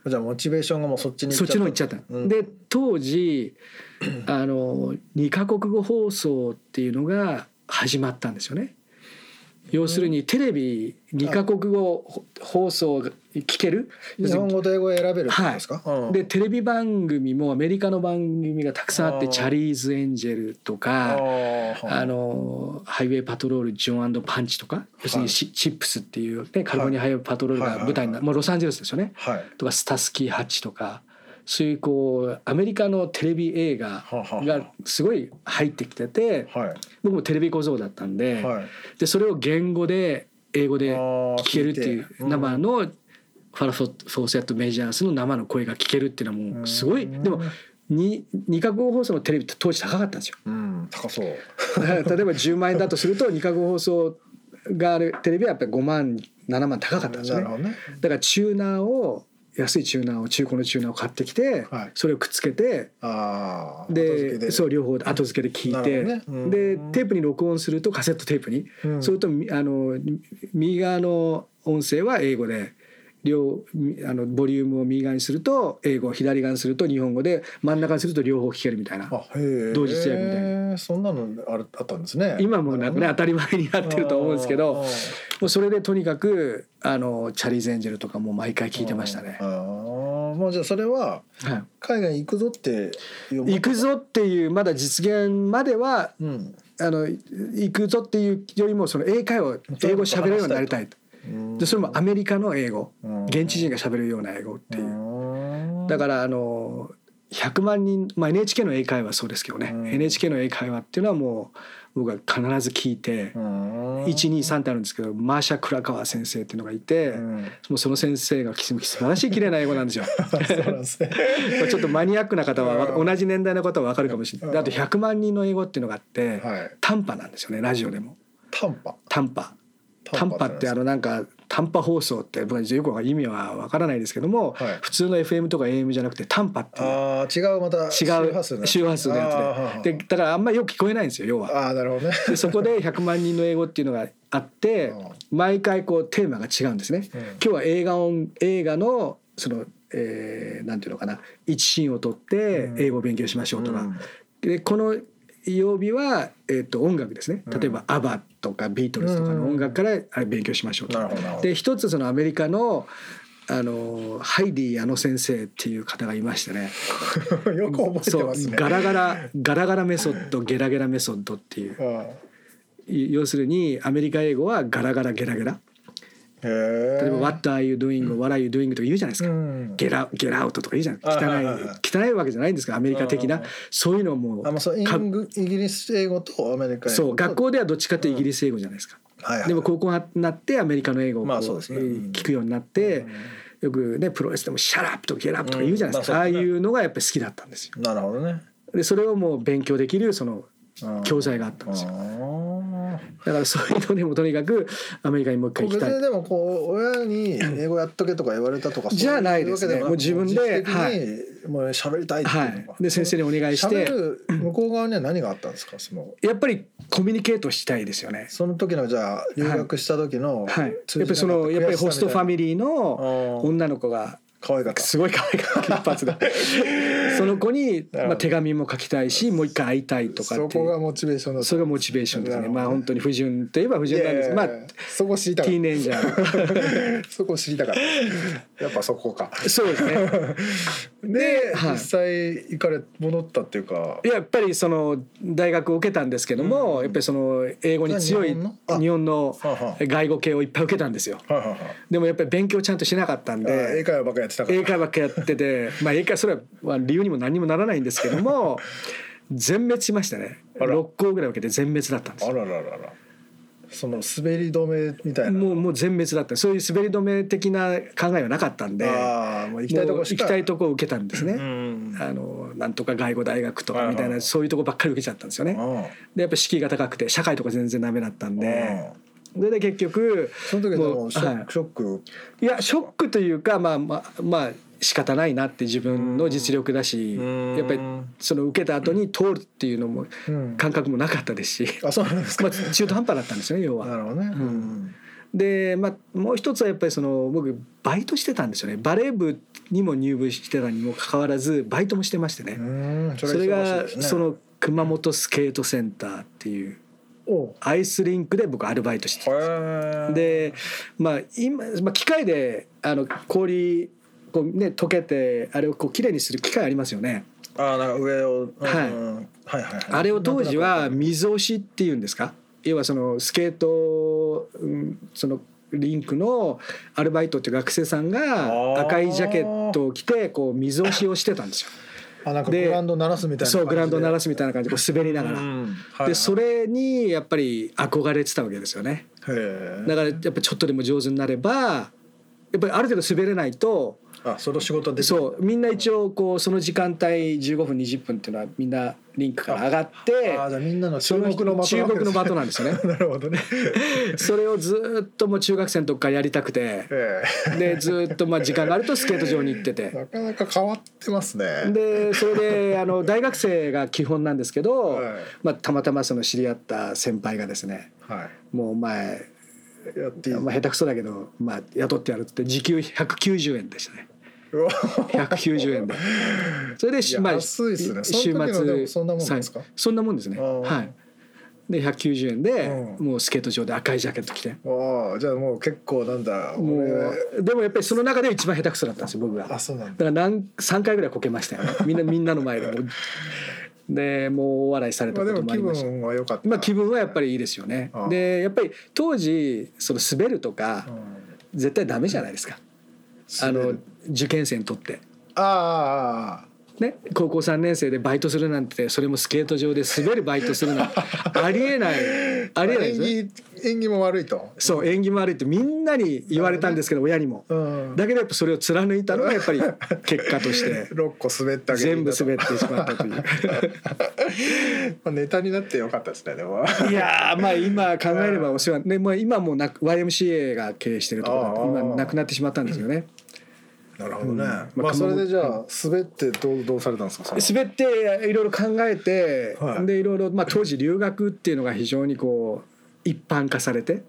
Speaker 4: の
Speaker 3: じゃあモチベーションがもうそっちに
Speaker 4: そっちの方行っちゃった、
Speaker 3: うん
Speaker 4: で当時 あの2カ国語放送っていうのが始まったんですよね要するにテレビ2カ国語放送が聞ける要
Speaker 3: 日
Speaker 4: する
Speaker 3: 本
Speaker 4: に
Speaker 3: 語と英語を選べるってことですか、うん
Speaker 4: でテレビ番組もアメリカの番組がたくさんあって
Speaker 3: あー
Speaker 4: 「チャリーズ・エンジェル」と
Speaker 3: あ
Speaker 4: か「
Speaker 3: ー
Speaker 4: あのハイウェイ・パトロール」「ジョンパンチ」とか要するにシチップスっていう、ね、カルフォルニア・ハイウェイ・パトロールが舞台にな
Speaker 3: はいはいはい
Speaker 4: もうロサンゼルスですよね。
Speaker 3: はいは
Speaker 4: とかスタスキーハッチとかそういうこうアメリカのテレビ映画
Speaker 3: あはあは
Speaker 4: がすごい入ってきてて
Speaker 3: あは
Speaker 4: 僕もテレビ小僧だったんで,、
Speaker 3: いはい
Speaker 4: でそれを言語で英語で
Speaker 3: あー
Speaker 4: 聞けるっていう
Speaker 3: 聞いてうん
Speaker 4: 生のファラフォフォーセット・メジャースの生の声が聞けるっていうのはもうすごい
Speaker 3: うん
Speaker 4: でもに二カ国語放送のテレビって当時高かったん ですよ。
Speaker 3: うん高そう
Speaker 4: 例えば10万円だとすると二カ国放送があるテレビはやっぱり5万7万高かったんですよ
Speaker 3: な
Speaker 4: ね
Speaker 3: る。ほどね
Speaker 4: だからチューナーを安いチューナーを中古のチューナーを買ってきて、
Speaker 3: はい
Speaker 4: それをくっつけて
Speaker 3: ああ
Speaker 4: でそうう両方後付けで聞いて、
Speaker 3: なるほどねうん
Speaker 4: でテープに録音するとカセットテープに、
Speaker 3: うん
Speaker 4: それとみあのみ右側の音声は英語で。両みあのボリュームを右側にすると英語左側にすると日本語で真ん中にすると両方聞けるみたいな
Speaker 3: あへえ
Speaker 4: 同時通訳みたいな
Speaker 3: えそんなのあるあったんですね
Speaker 4: 今もうなんかね当たり前になってると思うんですけど
Speaker 3: あ
Speaker 4: も
Speaker 3: ー
Speaker 4: うそれでとにかくあのチャリーズ・エンジェルとかも毎回聞いてましたね
Speaker 3: あ。ーもうじゃあそれは
Speaker 4: は
Speaker 3: 海外行くぞっていう
Speaker 4: い行くぞっていうまだ実現までは
Speaker 3: うん
Speaker 4: あの行くぞっていうよりもその英会話英語喋れるようになりたいとでそれもアメリカの英語
Speaker 3: うん
Speaker 4: 現地人が喋るような英語っていう
Speaker 3: う
Speaker 4: だからあの100万人、まあ、NHK の英会話はそうですけどね、
Speaker 3: うん
Speaker 4: NHK の英会話っていうのはもう僕は必ず聞いて、123ってあるんですけどマーシャ・クラカワ先生っていうのがいて、もうその先生が素晴らしい綺麗な英語なん ですよ。
Speaker 3: そうなんですね。
Speaker 4: まあちょっとマニアックな方は
Speaker 3: うん
Speaker 4: 同じ年代の方は分かるかもしれない。
Speaker 3: うん
Speaker 4: あと100万人の英語っていうのがあって、
Speaker 3: はい。
Speaker 4: 短波なんですよねラジオでも
Speaker 3: 短波。
Speaker 4: 短波。短波ってあ
Speaker 3: の。
Speaker 4: のなんか短波放送って僕はよくわか意味は分からないですけども、
Speaker 3: はい
Speaker 4: 普通の FM とか AM じゃなくて短波っていう
Speaker 3: ああ違うまた
Speaker 4: 違う周波数のやつで
Speaker 3: で。
Speaker 4: でだからあんまりよく聞こえないんですよ要は。
Speaker 3: あーあーなるほどね。
Speaker 4: でそこで100万人の英語っていうのがあ って毎回こうテーマが違うんですね。
Speaker 3: うん
Speaker 4: 今日は映画音映画のその、えーなんていうのかな一シーンを取って
Speaker 3: うん
Speaker 4: 英語を勉強しましょうとか、
Speaker 3: うん
Speaker 4: でこの曜日は、えー、と音楽ですね
Speaker 3: うん
Speaker 4: 例えば「アバとか「ビートルズ」とかの音楽からあれ勉強しましょうと
Speaker 3: な
Speaker 4: か
Speaker 3: るほどなるほど。
Speaker 4: で一つそのアメリカのあのハイディ・あの先生っていう方がいましてね
Speaker 3: よく覚えてます
Speaker 4: そう
Speaker 3: ね。
Speaker 4: ガラガラガラガラメソッドゲラゲラメソッドっていう
Speaker 3: うんへ
Speaker 4: 要するにアメリカ英語はガラガラゲラゲラ
Speaker 3: え。
Speaker 4: 例えば「What are you doing?」「What are you doing?」とか言うじゃないです
Speaker 3: う
Speaker 4: か。
Speaker 3: ん。
Speaker 4: ゲラゲラアウトとかいいじゃん汚
Speaker 3: あはいはいはい
Speaker 4: い汚いわけじゃないんですかアメリカ的
Speaker 3: う
Speaker 4: なんそういうのをも
Speaker 3: あまあそうイ
Speaker 4: うか
Speaker 3: ングイギリス英語とアメリカ英語と。
Speaker 4: そう学校ではどっちかってイギリス英語じゃないですか
Speaker 3: はいはい。
Speaker 4: でも高校になってアメリカの英語をこ
Speaker 3: ま
Speaker 4: う
Speaker 3: あそうですねうん
Speaker 4: 聞くようになってよくねプロレスでも「シャラップ」と「ゲラップ」とか言うじゃないです
Speaker 3: うん
Speaker 4: かあ
Speaker 3: まあ
Speaker 4: あ
Speaker 3: そう
Speaker 4: い
Speaker 3: ですね
Speaker 4: うのがやっぱり好きだったんですよ
Speaker 3: なるほどね。
Speaker 4: でそれをもう勉強できるその教材があったんですよ
Speaker 3: よ。
Speaker 4: だからそういうのでもとにかくアメリカにもう一
Speaker 3: こ
Speaker 4: 回
Speaker 3: う
Speaker 4: 行き
Speaker 3: 別
Speaker 4: たい
Speaker 3: にでもこう親に英語やっとけとか言われたとか
Speaker 4: じゃないですね
Speaker 3: そうう
Speaker 4: もう自分で
Speaker 3: わけなく自主的にもう喋りたいって
Speaker 4: は
Speaker 3: いうのが
Speaker 4: いで先生にお願いし
Speaker 3: 喋
Speaker 4: て
Speaker 3: る向こう側には何があったんですかその
Speaker 4: やっぱりコミュニケートしたいですよね
Speaker 3: その時のじゃあ留学した時の
Speaker 4: はい、やっぱりそのやっぱりホストファミリーの
Speaker 3: うん
Speaker 4: 女の子が
Speaker 3: 可愛かった
Speaker 4: すごい可愛かった 一発でその子に、
Speaker 3: なるほど
Speaker 4: まあ、手紙も書きたいしもう一回会いたいとか
Speaker 3: そ
Speaker 4: って
Speaker 3: こ
Speaker 4: い
Speaker 3: が
Speaker 4: う
Speaker 3: モチベーションだった
Speaker 4: それがモチベーションです
Speaker 3: な
Speaker 4: ね
Speaker 3: るほど
Speaker 4: まあ本当に不純といえば不純なんです
Speaker 3: いや
Speaker 4: けど
Speaker 3: いやいやそこ知りたか
Speaker 4: まあテ
Speaker 3: っ
Speaker 4: ィーネイジャー
Speaker 3: た そこ知りたかったやっぱそこか
Speaker 4: そうですね
Speaker 3: で、
Speaker 4: はい
Speaker 3: 実際行かれ戻ったっていうか
Speaker 4: いややっぱりその大学を受けたんですけども、
Speaker 3: うん
Speaker 4: やっぱりその英語に強
Speaker 3: 日
Speaker 4: い
Speaker 3: 本のあ
Speaker 4: 日本の
Speaker 3: はあはあ
Speaker 4: 外語系をいっぱい受けたんですよ
Speaker 3: はいはいはい
Speaker 4: でもやっぱり勉強ちゃんとしなかったん
Speaker 3: あー
Speaker 4: で
Speaker 3: 英会話ばっかやってたから
Speaker 4: 英会ばっかやってて、まあ、英会それは理由にも何にもならないんですけ ども全滅しましたね
Speaker 3: あら
Speaker 4: 6校ぐらい受けて全滅だったんです
Speaker 3: あ
Speaker 4: よ
Speaker 3: らららら。その滑り止めみたいな。
Speaker 4: もうもう全滅だったそういう滑り止め的な考えはなかったんで
Speaker 3: ああ、もう行きたいと
Speaker 4: もう
Speaker 3: こ
Speaker 4: 行
Speaker 3: し
Speaker 4: き
Speaker 3: か。
Speaker 4: たいとこを受けたんですね、
Speaker 3: うん。
Speaker 4: あのなんとか外語大学とかみた
Speaker 3: はい
Speaker 4: い
Speaker 3: はい
Speaker 4: なそういうとこばっかり受けちゃったんですよね
Speaker 3: あ
Speaker 4: でやっぱ敷居が高くて社会とか全然ダメだったん
Speaker 3: あ。
Speaker 4: で
Speaker 3: ね。
Speaker 4: それで結局
Speaker 3: その時はで
Speaker 4: も
Speaker 3: も
Speaker 4: う
Speaker 3: ショッ
Speaker 4: は
Speaker 3: クショック。
Speaker 4: いやショックというかまあまあまあ仕方ないなって自分の実力だし
Speaker 3: うん
Speaker 4: やっぱりその受けた後に通るっていうのも
Speaker 3: うん
Speaker 4: 感覚もなかったですし、
Speaker 3: あ、そうなんです
Speaker 4: ま
Speaker 3: か。
Speaker 4: あ、中途半端だったんですよね要
Speaker 3: な
Speaker 4: は。
Speaker 3: るほどね。
Speaker 4: んで、まあ、もう一つはやっぱりその僕バイトしてたんですよねバレー部にも入部してたにもかかわらずバイトもしてましてね、
Speaker 3: うん。うん。
Speaker 4: それ
Speaker 3: 忙
Speaker 4: が
Speaker 3: しいですね
Speaker 4: そ。の熊本スケートセンターっていう
Speaker 3: おう。
Speaker 4: アイスリンクで僕アルバイトしてたんですよ
Speaker 3: へえ。
Speaker 4: でまあ今、まあ、機械であの氷こうね溶けてあれをこうきれいにする機械ありますよね、
Speaker 3: ああ、なんか上を。うん
Speaker 4: はい
Speaker 3: はいはいはい。
Speaker 4: あれを当時は水押しっていうんですか要はそのスケート、うんそのリンクのアルバイトっていう学生さん
Speaker 3: あー
Speaker 4: が赤いジャケットを着てこう水押しをしてたんですよ。
Speaker 3: あ、なんか
Speaker 4: で
Speaker 3: グラウンド鳴ら すみたいな感じで。
Speaker 4: そうグラウンド鳴ら
Speaker 3: す
Speaker 4: すみたいな感じでこう滑りながら。でそ。れにやっぱり憧れてたわけですよね。
Speaker 3: へえ。
Speaker 4: だからやっぱちょっとでも上手になればやっぱりある程度滑れないと
Speaker 3: あ、その仕事で。
Speaker 4: そうみんな一応こうその時間帯15分20分っていうのはみんなリンクから上がって
Speaker 3: ああ、じゃあみんなの
Speaker 4: そ
Speaker 3: 注目
Speaker 4: の
Speaker 3: の的なわけ
Speaker 4: 注目の的なんですよね
Speaker 3: なるほどね。
Speaker 4: それをずーっともう中学生の時からやりたくて
Speaker 3: ええ。
Speaker 4: でずーっとまあ時間があるとスケート場に行ってて
Speaker 3: なかなか変わってますね。
Speaker 4: でそれであの大学生が基本なんですけど、
Speaker 3: はい
Speaker 4: まあ、たまたまその知り合った先輩がですね
Speaker 3: は
Speaker 4: もうお前、
Speaker 3: い。やっていい。
Speaker 4: まあ、下手くそだけど、まあ、雇ってやるって時給190円でしたね190円でそれで
Speaker 3: いや安いっすねその時のでもそんなもんなんですか
Speaker 4: はいそんなもんですね
Speaker 3: あー
Speaker 4: はいで190円で、
Speaker 3: う
Speaker 4: もうスケート場で赤いジャケット着て
Speaker 3: わあじゃあもう結構なんだ
Speaker 4: も
Speaker 3: 俺
Speaker 4: うでもやっぱりその中で一番下手くそだったんですよ僕が
Speaker 3: あそうなん
Speaker 4: だ
Speaker 3: だ
Speaker 4: から何3回ぐらいこけ ましたよ、ね、みんなみんなの前でもうでもう大笑いされ
Speaker 3: ま
Speaker 4: た
Speaker 3: あ
Speaker 4: こ
Speaker 3: でも
Speaker 4: ともあ
Speaker 3: 気
Speaker 4: りました
Speaker 3: 分は良かった
Speaker 4: まあ気分はやっぱ
Speaker 3: り、
Speaker 4: りいいですよね
Speaker 3: ああ
Speaker 4: でやっぱり当時その滑るとか
Speaker 3: うん
Speaker 4: 絶対ダメじゃないですかあ
Speaker 3: 滑
Speaker 4: の
Speaker 3: る
Speaker 4: 受験生にとって。
Speaker 3: ああああ
Speaker 4: ね、高校3年生でバイトするなんてそれもスケート場で滑るバイトす るなんてありえないありえないですね
Speaker 3: 演技演技も悪いと
Speaker 4: そう縁起も悪いってみんなに言われたんですけど親にも
Speaker 3: うん
Speaker 4: だけどやっぱそれを貫いたのがや っぱり結果として
Speaker 3: 六個滑ったけど
Speaker 4: 全部滑ってしまったという
Speaker 3: まあネタになって良かったですねでも
Speaker 4: いやーまあ今考えればお世話、ねまあ、今もうなく YMCA が経営してるところな
Speaker 3: ああ
Speaker 4: んで今なくなってしまったんですよね
Speaker 3: なるほどね、
Speaker 4: うん
Speaker 3: ま
Speaker 4: ま
Speaker 3: あ
Speaker 4: あ
Speaker 3: それでじゃあ滑ってどうどうされたんですかその
Speaker 4: 滑っていろいろ考えて、
Speaker 3: はい
Speaker 4: でいろいろ、まあ、当時留学っていうのが非常にこう一般化されて、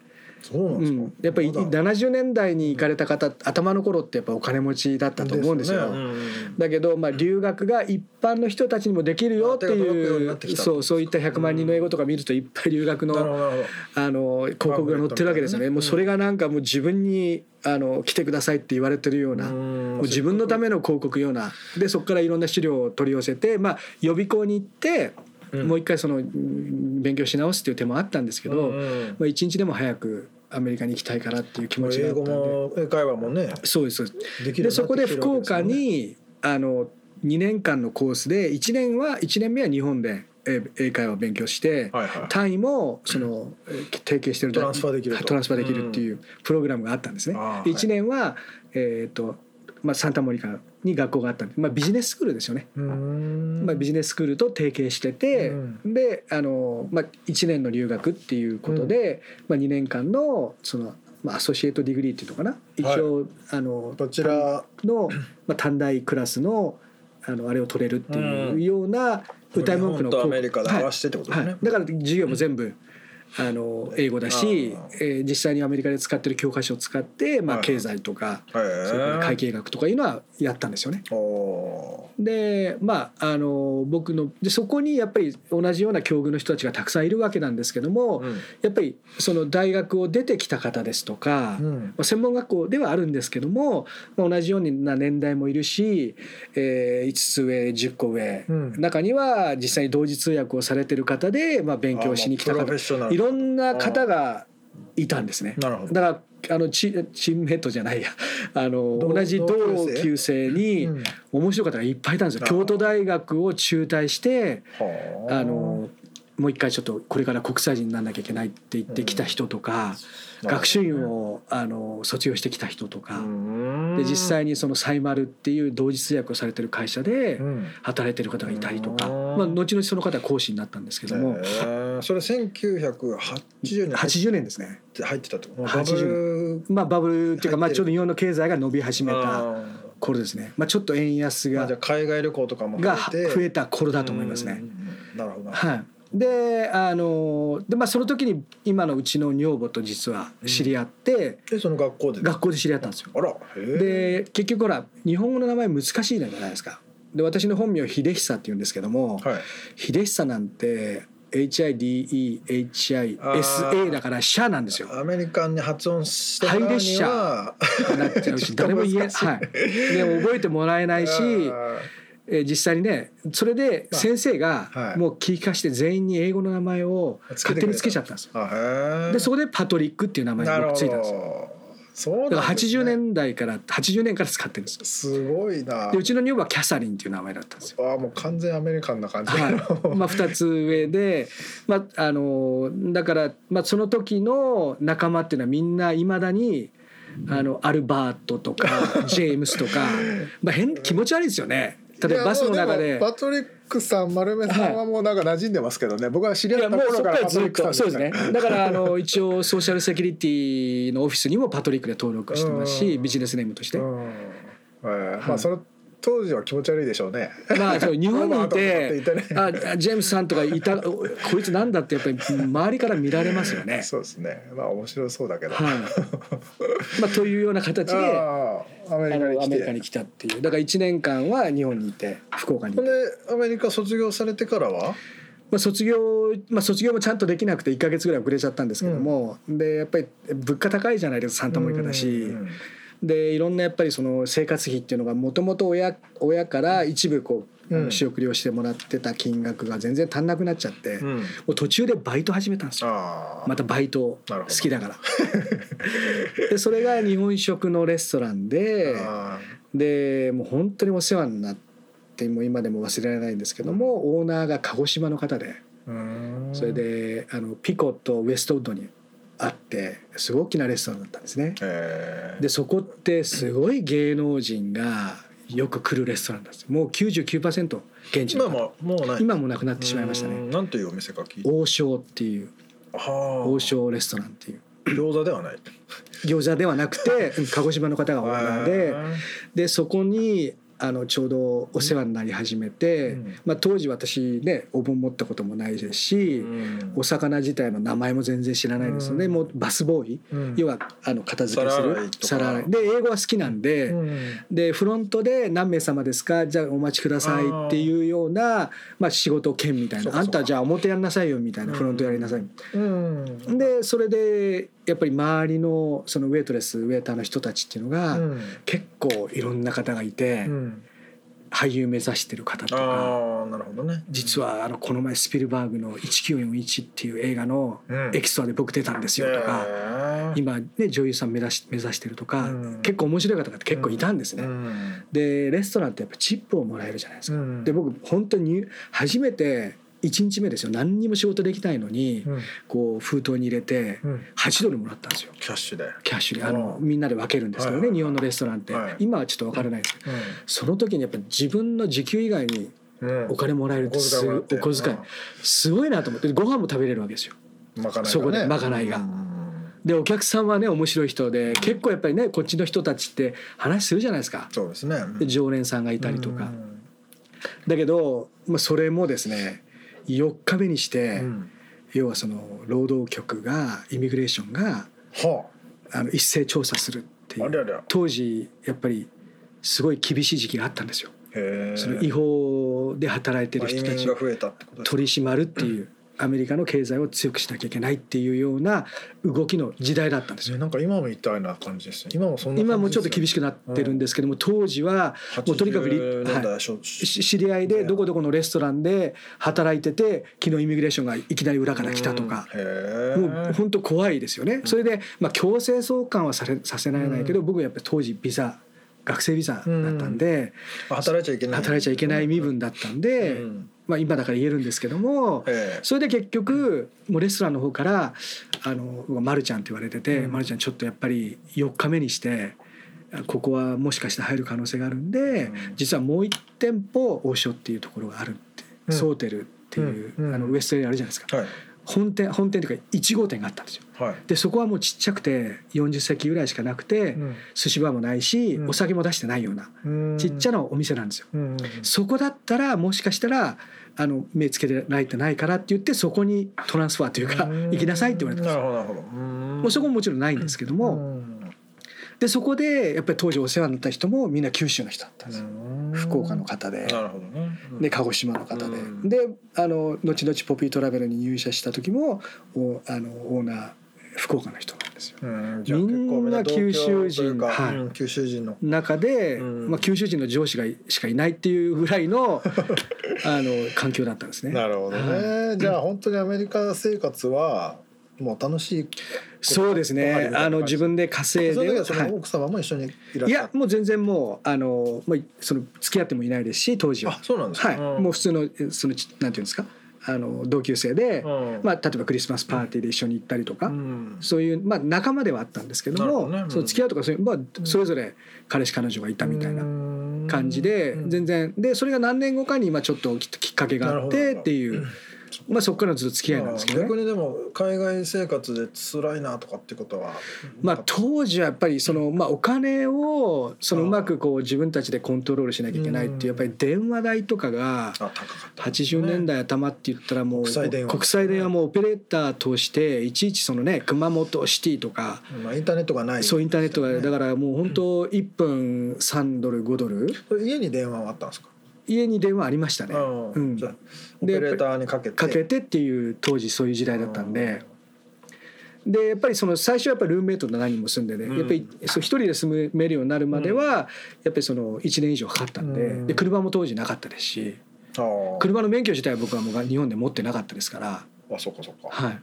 Speaker 3: そうなん
Speaker 4: う
Speaker 3: ですか、
Speaker 4: ん、やっぱり
Speaker 3: まだ
Speaker 4: 70年代に行かれた方頭の頃ってやっぱお金持ちだったと思うんですよ。
Speaker 3: ねうんうん
Speaker 4: だけど、まあ、留学が一般の人たちにもできるよって
Speaker 3: あ手が届くように
Speaker 4: い
Speaker 3: なっ
Speaker 4: う
Speaker 3: てきた
Speaker 4: そうそういった100万人の英語とか見るといっぱい留学
Speaker 3: なるほ
Speaker 4: の
Speaker 3: どなるほ
Speaker 4: あの広告が載ってるわけです
Speaker 3: パンフレットみた
Speaker 4: よね。
Speaker 3: いなね
Speaker 4: もうそれがなんかもう自分にあの来てくださいって言われてるよう
Speaker 3: ど
Speaker 4: な。
Speaker 3: うん
Speaker 4: もう自分のための広告ようなでそこからいろんな資料を取り寄せて、まあ、予備校に行って、
Speaker 3: うん
Speaker 4: もう一回そのうん勉強し直すっていう手もあったんですけど、
Speaker 3: うんうん
Speaker 4: まあ、一日でも早くアメリカに行きたいからっていう気持ちが
Speaker 3: 英
Speaker 4: あった
Speaker 3: 語
Speaker 4: んで
Speaker 3: も英会話もね
Speaker 4: そうですそうです
Speaker 3: できるようになってきてるわけ
Speaker 4: でそこで福岡
Speaker 3: ですよね
Speaker 4: にあの2年間のコースで1年は1年目は日本でえ英会話を勉強して、
Speaker 3: はいはい
Speaker 4: 単位もそのえー提携してる
Speaker 3: トランスファーできると
Speaker 4: トランスファーできるっていうプログラムがあったんですね。
Speaker 3: ああ
Speaker 4: で
Speaker 3: はい
Speaker 4: 1年は、えーとまあ、サンタモニカに学校があったんで、まあ、ビジネススクールですよね、
Speaker 3: うん
Speaker 4: まあ、ビジネススクールと提携してて、
Speaker 3: う
Speaker 4: であの、まあ、1年の留学っていうことで、まあ、2年間のその、まあ、アソシエイトディグリーっていうのかな一応、あの
Speaker 3: こちら
Speaker 4: の、まあ、短大クラスのあのあれを取れるっていうような歌い文句の
Speaker 3: 日本とアメリカで合わ
Speaker 4: せ
Speaker 3: せてってことです
Speaker 4: はい
Speaker 3: ね、
Speaker 4: はい、だから授業も全部、あの英語だし
Speaker 3: あ、
Speaker 4: えー実際にアメリカで使ってる教科書を使って、まあ、
Speaker 3: はい
Speaker 4: 経済とか、
Speaker 3: へえ
Speaker 4: そういう会計学とかいうのはやったんですよね。
Speaker 3: お
Speaker 4: でまああの僕のでそこにやっぱり同じような境遇の人たちがたくさんいるわけなんですけども、
Speaker 3: ー
Speaker 4: やっぱりその大学を出てきた方ですとか、
Speaker 3: うん
Speaker 4: まあ専門学校ではあるんですけども、まあ、同じような年代もいるし、えー5つ上10個上、
Speaker 3: うん
Speaker 4: 中には実際に同時通訳をされてる方で、まあ、勉強しに来た
Speaker 3: あもうプロフェ
Speaker 4: 方
Speaker 3: ッショナル
Speaker 4: いろんな方がいたんですね。
Speaker 3: なるほど
Speaker 4: だからあのチチームメイトじゃないや あの
Speaker 3: 同
Speaker 4: 同じ同級生に
Speaker 3: うん
Speaker 4: 面白い方がいっぱいいたんですよ。
Speaker 3: なるほど
Speaker 4: 京都大学を中退して
Speaker 3: は
Speaker 4: あのもう一回ちょっとこれから国際人にならなきゃいけないって言ってきた人とか、学習院をあの卒業してきた人とか、で実際にそのサイマルっていう同時通訳をされてる会社で
Speaker 3: に
Speaker 4: 働いてる方がいたりとか、
Speaker 3: うん
Speaker 4: まあ、後々その方は講師になったんですけども、
Speaker 3: それ1980年入
Speaker 4: 80年ですね、
Speaker 3: って入ってたってこと
Speaker 4: 80
Speaker 3: 年
Speaker 4: まあ、バブルっていうか、まあ、
Speaker 3: 入ってる
Speaker 4: ちょうど日本の経済が伸び始めた
Speaker 3: あ
Speaker 4: 頃ですね、まあ、ちょっと円安
Speaker 3: ーま
Speaker 4: が
Speaker 3: あじゃあ海外旅行とかも
Speaker 4: が
Speaker 3: て
Speaker 4: 増えた頃だと思いますね
Speaker 3: う。んなるほどな
Speaker 4: はい、であので、まあ、その時に今のうちの女房と実は知り合って、
Speaker 3: でその学校で
Speaker 4: 学校で知り合ったんですよ。
Speaker 3: あらへえ
Speaker 4: で結局ほら日本語の名前難しいじゃないですか。で私の本名秀久って言うんですけども、
Speaker 3: はい
Speaker 4: 秀久なんて HIDEHISA だから「シャ」なんですよ。
Speaker 3: アメリカンに発音してもらう
Speaker 4: ハイレッシ
Speaker 3: には
Speaker 4: なっち
Speaker 3: ち
Speaker 4: ゃう
Speaker 3: ょ
Speaker 4: し
Speaker 3: っと
Speaker 4: 誰も言え、
Speaker 3: 難しい
Speaker 4: はい、でも覚えてもらえないし
Speaker 3: あ、ー
Speaker 4: えー実際にねそれで先生
Speaker 3: まあは
Speaker 4: が
Speaker 3: い
Speaker 4: もう聞かして全員に英語の名前を
Speaker 3: つけてく
Speaker 4: 勝
Speaker 3: れた
Speaker 4: 手につけちゃったんですよ。
Speaker 3: あへえ
Speaker 4: でそこでパトリックっていう名前
Speaker 3: な
Speaker 4: が
Speaker 3: る
Speaker 4: 僕
Speaker 3: ほ
Speaker 4: ついたんですよ。
Speaker 3: どそうなん
Speaker 4: だ
Speaker 3: で
Speaker 4: か
Speaker 3: すね
Speaker 4: ら80年代から80年から使ってるんですよ。
Speaker 3: すごいな
Speaker 4: でうちの女房はキャサリンっていう名前だったんですよ。
Speaker 3: ああもう完全アメリカンな感じ、
Speaker 4: はい まあ、2つ上で、まあ、あのだから、まあ、その時の仲間っていうのはみんないまだにあのアルバー トとかジェームスとか、まあ、変気持ち悪いですよね例えばバスの中
Speaker 3: いや
Speaker 4: で
Speaker 3: もうもパトリックさん丸目さんはもうなんか馴染んでますけどね、僕は知り
Speaker 4: い
Speaker 3: 合
Speaker 4: や
Speaker 3: っ
Speaker 4: も
Speaker 3: た
Speaker 4: うそ
Speaker 3: 頃
Speaker 4: こ
Speaker 3: か
Speaker 4: から
Speaker 3: パ
Speaker 4: ら
Speaker 3: ト
Speaker 4: ず
Speaker 3: リ
Speaker 4: っ
Speaker 3: ックさん
Speaker 4: と
Speaker 3: で
Speaker 4: そう
Speaker 3: す
Speaker 4: ですねだからあの一応ソーシャルセキュリティのオフィスにもパトリックで登録してます
Speaker 3: う
Speaker 4: し
Speaker 3: ん
Speaker 4: ビジネスネームとして
Speaker 3: うんえーま
Speaker 4: は
Speaker 3: あ
Speaker 4: い
Speaker 3: その当時は気持ち悪いでしょうね。
Speaker 4: ま あそう日本にいて
Speaker 3: まあまあまあまあまあまあまあまあまあまあまあまあ
Speaker 4: あジェームスさんとかいたこいつなんだってやっぱり周りから見られますよね。
Speaker 3: そうですね。まあ面白そうだけど。
Speaker 4: はいまあ、というような形であ
Speaker 3: ああアメリカに
Speaker 4: のア
Speaker 3: 来
Speaker 4: メリカに
Speaker 3: て。
Speaker 4: 来たっていうだから1年間は日本にいて福岡にい
Speaker 3: ほ
Speaker 4: て
Speaker 3: んでアメリカ卒業されてからは。
Speaker 4: まあ、卒業、まあ、卒業もちゃんとできなくて1か月ぐらい遅れちゃったんですけども、でやっぱり物価高いじゃないですかサンタモニカだし、
Speaker 3: うん
Speaker 4: でいろんなやっぱりその生活費っていうのがもともと親親から一部こう、あ
Speaker 3: う
Speaker 4: の
Speaker 3: ん
Speaker 4: 仕送りをしてもらってた金額が全然足んなくなっちゃって、
Speaker 3: う
Speaker 4: も
Speaker 3: んうん
Speaker 4: う途中でバイト始めたんですよ。
Speaker 3: ああ。
Speaker 4: またバイト
Speaker 3: なる
Speaker 4: 好
Speaker 3: ほど
Speaker 4: き だからでそれが日本食のレストランで
Speaker 3: あ
Speaker 4: でもう本当にお世話になってもう今でも忘れられないんですけどもオーナーが鹿児島の方で、
Speaker 3: ーうん
Speaker 4: それ。であのピコとウェストウッドにあってすごい大きなレストランだったんですね
Speaker 3: え
Speaker 4: でそこってすごい芸能人がよく来るレストランなんですよもう99%現
Speaker 3: ー。
Speaker 4: 地の
Speaker 3: 今
Speaker 4: 方
Speaker 3: ももうない。
Speaker 4: 今もなくなってしまいました
Speaker 3: う
Speaker 4: ね
Speaker 3: んなんというお店か聞いて。
Speaker 4: 王将っていう
Speaker 3: はあ
Speaker 4: 王。将レストランっていう
Speaker 3: 餃子ではない。
Speaker 4: 餃子では なくてうん鹿児島の方がオーナーででそこにあのちょうどお世話になり始めて、
Speaker 3: うん
Speaker 4: まあ、当時私ねお盆持ったこともないですし、
Speaker 3: うん
Speaker 4: お魚自体の名前も全然知らないですよね、
Speaker 3: うん
Speaker 4: もうバスボーイ、
Speaker 3: うん
Speaker 4: 要はあの片付けす
Speaker 3: 皿洗い
Speaker 4: る
Speaker 3: とか
Speaker 4: 皿洗いで英語は好きなんで、
Speaker 3: うん
Speaker 4: でフロントで「何名様ですかじゃあお待ちください」っていうようなまあ、仕事兼みたい
Speaker 3: そう
Speaker 4: な
Speaker 3: か
Speaker 4: 「あ
Speaker 3: そうんか
Speaker 4: たじゃあ表やんなさいよ」みたいな、フロントやりなさいみたいな
Speaker 3: うん
Speaker 4: でそれでやっぱり周りのそのウェイトレスウェイターの人たちっていうのが、結構いろんな方がいて、
Speaker 3: うん
Speaker 4: 俳優目指してる方とか
Speaker 3: ああなるほどね
Speaker 4: 実はあのこの前スピルバーグの「1941」っていう映画の
Speaker 3: うん
Speaker 4: エキストラで僕出たんですよとか、
Speaker 3: ねえ
Speaker 4: 今、ね、女優さん目指し目指してるとか、
Speaker 3: うん
Speaker 4: 結構面白い方が結構いたんですね。
Speaker 3: うん
Speaker 4: でレストランってやっぱチップをもらえるじゃないですか。
Speaker 3: うん
Speaker 4: で僕本当に初めて1日目ですよ何にも仕事できないのに、
Speaker 3: うん
Speaker 4: こう封筒に入れて
Speaker 3: うん
Speaker 4: 8ドルもらったんですよ。
Speaker 3: キャッシュで
Speaker 4: キャッシュであの
Speaker 3: うん
Speaker 4: みんなで分けるんですけど
Speaker 3: はいは
Speaker 4: ね、
Speaker 3: いはい
Speaker 4: 日本のレストランって、
Speaker 3: はい
Speaker 4: 今はちょっと分からないですけどその時にやっぱり自分の時給以外に
Speaker 3: うん
Speaker 4: お金もらえるってす
Speaker 3: もら
Speaker 4: お
Speaker 3: って
Speaker 4: 小遣いすごいなと思ってご飯も食べれるわけですよ
Speaker 3: うんまかないがね
Speaker 4: そこでまかないが
Speaker 3: うん
Speaker 4: でお客さんはね面白い人で結構やっぱりねこっちの人たちって話するじゃないですか
Speaker 3: そうですね
Speaker 4: で常連さんがいたりとか
Speaker 3: うん
Speaker 4: だけど、まあ、それもですね4日目にして、
Speaker 3: うん
Speaker 4: 要はその労働局がイミグレーションが
Speaker 3: は
Speaker 4: あの一斉調査するってい
Speaker 3: あありゃ
Speaker 4: う
Speaker 3: りゃ
Speaker 4: 当時やっぱりすごい厳しい時期があったんですよ。
Speaker 3: へえ
Speaker 4: その違法で働いてる人た
Speaker 3: まあ移
Speaker 4: ち
Speaker 3: 民
Speaker 4: を
Speaker 3: が増えたってことですね
Speaker 4: 取り締まるっていうアメリカの経済を強くしなきゃいけないっていうような動きの時代だったんですよ。
Speaker 3: ねなんか今もみたいな感じですね今もそんな
Speaker 4: 今もちょっと厳
Speaker 3: し
Speaker 4: しくなってるんですけども当時はもうとにかくり
Speaker 3: 年
Speaker 4: は
Speaker 3: 代初
Speaker 4: いし知り合いでどこどこのレストランで働いてて昨日イミグレーションがいきなり裏から来たとか
Speaker 3: うんへえ
Speaker 4: もう本当怖いですよね。それで、まあ、強制送還はされさせられないけど、
Speaker 3: う
Speaker 4: 僕はやっぱり当時ビザ学生ビザだったんで、
Speaker 3: 働いちゃいけない
Speaker 4: 働いちゃいけない身分だったんで、
Speaker 3: うん
Speaker 4: まあ、今だから言えるんですけども、
Speaker 3: ええ
Speaker 4: それで結局もうレストランの方から「あのま、るちゃん」って言われてて「
Speaker 3: うん
Speaker 4: ま、るちゃんちょっとやっぱり4日目にしてここはもしかして入る可能性があるんで、
Speaker 3: うん
Speaker 4: 実はもう1店舗王将っていうところがあるって、
Speaker 3: うん
Speaker 4: ソーテルっていう、
Speaker 3: うんうん
Speaker 4: あのウエストエリアあるじゃないですか。
Speaker 3: はい
Speaker 4: 本店本店というか1号店があったんですよ
Speaker 3: はい
Speaker 4: でそこはもうちっちゃくて40席ぐらいしかなくて、
Speaker 3: うん
Speaker 4: 寿司バーもないし、
Speaker 3: うん
Speaker 4: お酒も出してないようなちっちゃなお店なんですよ、
Speaker 3: うん
Speaker 4: そこだったらもしかしたらあの目つけてないとないからって言ってそこにトランスファーというか行きなさいって言われたんです
Speaker 3: なる
Speaker 4: よ
Speaker 3: ほどなるほどうん
Speaker 4: もうそこももちろんないんですけども、
Speaker 3: うん
Speaker 4: でそこでやっぱり当時お世話になった人もみんな九州の人だったんですよ、福岡の方で
Speaker 3: なるほどね
Speaker 4: で鹿児島の方で、
Speaker 3: うん
Speaker 4: であの後々ポピートラベルに入社した時もおあのオーナー福岡の人なんですよ
Speaker 3: うんじゃあ結構みんな同郷というか
Speaker 4: みんな九州人はい
Speaker 3: うん九州人の
Speaker 4: 中で、
Speaker 3: うん
Speaker 4: まあ、九州人の上司がいしかいないっていうぐらいのあの環境だったんですね
Speaker 3: なるほどねじゃあ本当にアメリカ生活はもう楽しい
Speaker 4: そうです
Speaker 3: わかる
Speaker 4: ね
Speaker 3: わかる
Speaker 4: あの自分で稼い
Speaker 3: その時
Speaker 4: で
Speaker 3: はそ
Speaker 4: はい
Speaker 3: の奥様も一緒にいらっ
Speaker 4: い
Speaker 3: しゃ
Speaker 4: や
Speaker 3: っ
Speaker 4: もう全然もうあのもうその付き合ってもいないですし当時
Speaker 3: た
Speaker 4: は
Speaker 3: あ、そうなんですか
Speaker 4: はい、もう普通のえそのちなんていうんですかあの同級生で、まあ、例えばクリスマスパーティーで一緒に行ったりとか、そういう、まあ、仲間ではあったんですけど
Speaker 3: なる
Speaker 4: も
Speaker 3: ほどねうん
Speaker 4: その付き合うとかそういう、まあ、それぞれ彼氏彼女がいたみたいな感じで全然でそれが何年後かに今ちょっときっかけがあっ
Speaker 3: なる
Speaker 4: て
Speaker 3: ほど
Speaker 4: っていうまあ、そこからのずっと付き合いなんですけど、ね、
Speaker 3: 逆にでも海外生活で辛いなとかってことは
Speaker 4: まあ当時はやっぱりその、まあ、お金をそのうまくこう自分たちでコントロールしなきゃいけないっていうやっぱり電話代とかが80年代頭って言ったらもう
Speaker 3: 国際電話
Speaker 4: 国際電話もオペレーターとしていちいちそのね熊本シティとか、
Speaker 3: まあ、インターネットがない、
Speaker 4: そうインターネットがだからもう本当1分3ドル5ドル
Speaker 3: 家に電話はあったんですか
Speaker 4: 家に電話ありましたね。
Speaker 3: うん、じゃオペレーターにかけて
Speaker 4: かけてっていう当時そういう時代だったんで。でやっぱりその最初はやっぱルームメイトと何人も住んでね、うん、やっぱり一人で住めるようになるまでは、やっぱりその1年以上かかったんで,うん、で車も当時なかったですし、車の免許自体は僕はもう日本で持ってなかったですから
Speaker 3: あそっかそっか
Speaker 4: はい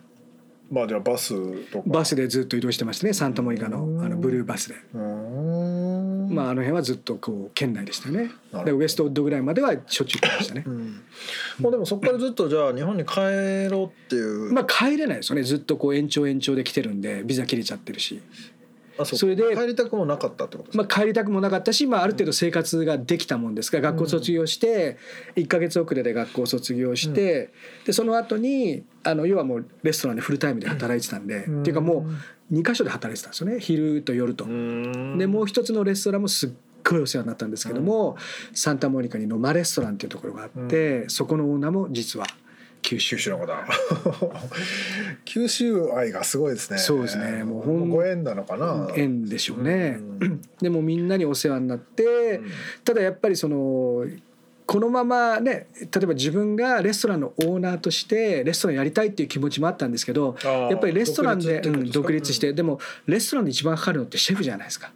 Speaker 3: まあじゃあバスとか
Speaker 4: バスでずっと移動してましたねサンタモニカのあのブルーバスでまああの辺はずっとこう県内でしたねでウエストウッドぐらいまではしょっちゅう来ましたね、うん、
Speaker 3: まあでもそこからずっとじゃあ日本に帰ろうっていう
Speaker 4: まあ帰れないですよねずっとこう延長延長で来てるんでビザ切れちゃってるし
Speaker 3: そ,それで帰りたくもなかったってこと
Speaker 4: まあ、帰りたくもなかったし、まあ、ある程度生活ができたもんですから、学校卒業して1か月遅れで学校卒業して、でその後にあの要はもうレストランでフルタイムで働いてたんで、っていうかもう2か所で働いてたんですよね昼と夜と。でもう一つのレストランもすっごいお世話になったんですけども、サンタモニカにノマレストランっていうところがあって、そこのオーナーも実は。九州
Speaker 3: の方 九州愛がすごいですね
Speaker 4: そうですねもう
Speaker 3: ほんご縁なのかな
Speaker 4: 縁でしょうね、うん、でもみんなにお世話になって、うん、ただやっぱりそのこのままね例えば自分がレストランのオーナーとしてレストランやりたいっていう気持ちもあったんですけどやっぱりレストランで独立して、うん、でもレストランで一番かかるのってシェフじゃないですか、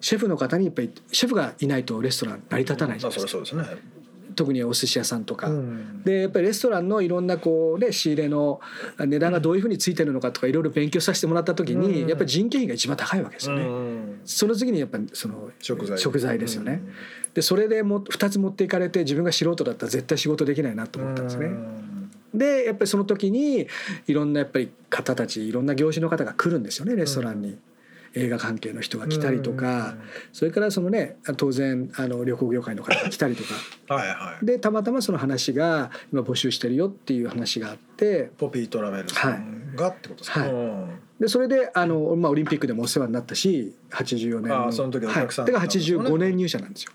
Speaker 4: シェフの方にやっぱりシェフがいないとレストラン成り立たないじゃないですか、
Speaker 3: そうですね
Speaker 4: 特にお寿司屋さんとか、うん、でやっぱりレストランのいろんなこう、ね、仕入れの値段がどういうふうについてるのかとかいろいろ勉強させてもらった時に、うん、やっぱり人件費が一番高いわけですよね、うん、その次にやっぱその
Speaker 3: 食
Speaker 4: 材ですよね、でそれでも2つ持っていかれて自分が素人だったら絶対仕事できないなと思ったんですね。でやっぱりその時にいろんなやっぱり方たちいろんな業種の方が来るんですよねレストランに。映画関係の人が来たりとか、それからそのね当然あの旅行業界の方が来たりと
Speaker 3: かはい、はい、
Speaker 4: でたまたまその話が今募集してるよっていう話があって
Speaker 3: ポピートラベルさんがってことですか、
Speaker 4: はいはい、でそれであの、まあ、オリンピックでもお世話になったし84年
Speaker 3: のその時
Speaker 4: はたくさん、はい、だから85年入社なんですよ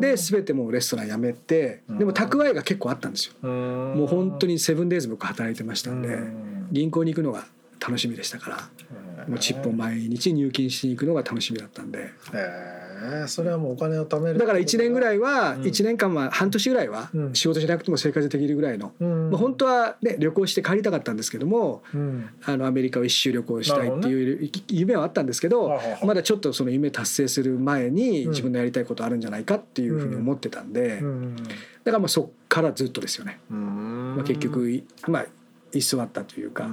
Speaker 4: で全てもうレストラン辞めてでも蓄えが結構あったんですよもう本当にセブンデイズ僕働いてましたんで銀行に行くのが楽しみでしたから、もうチップを毎日入金しに行くのが楽しみだったんで、
Speaker 3: えー、それはもうお金を貯める
Speaker 4: だから1年ぐらいは、うん、1年間は半年ぐらいは仕事しなくても生活できるぐらいの、うん、まあ、本当は、ね、旅行して帰りたかったんですけども、うん、あのアメリカを一周旅行したいっていう夢はあったんですけど、ね、まだちょっとその夢達成する前に自分のやりたいことあるんじゃないかっていうふうに思ってたんで、だからまあそっからずっとですよね。まあ、結局、まあ、居座ったというか。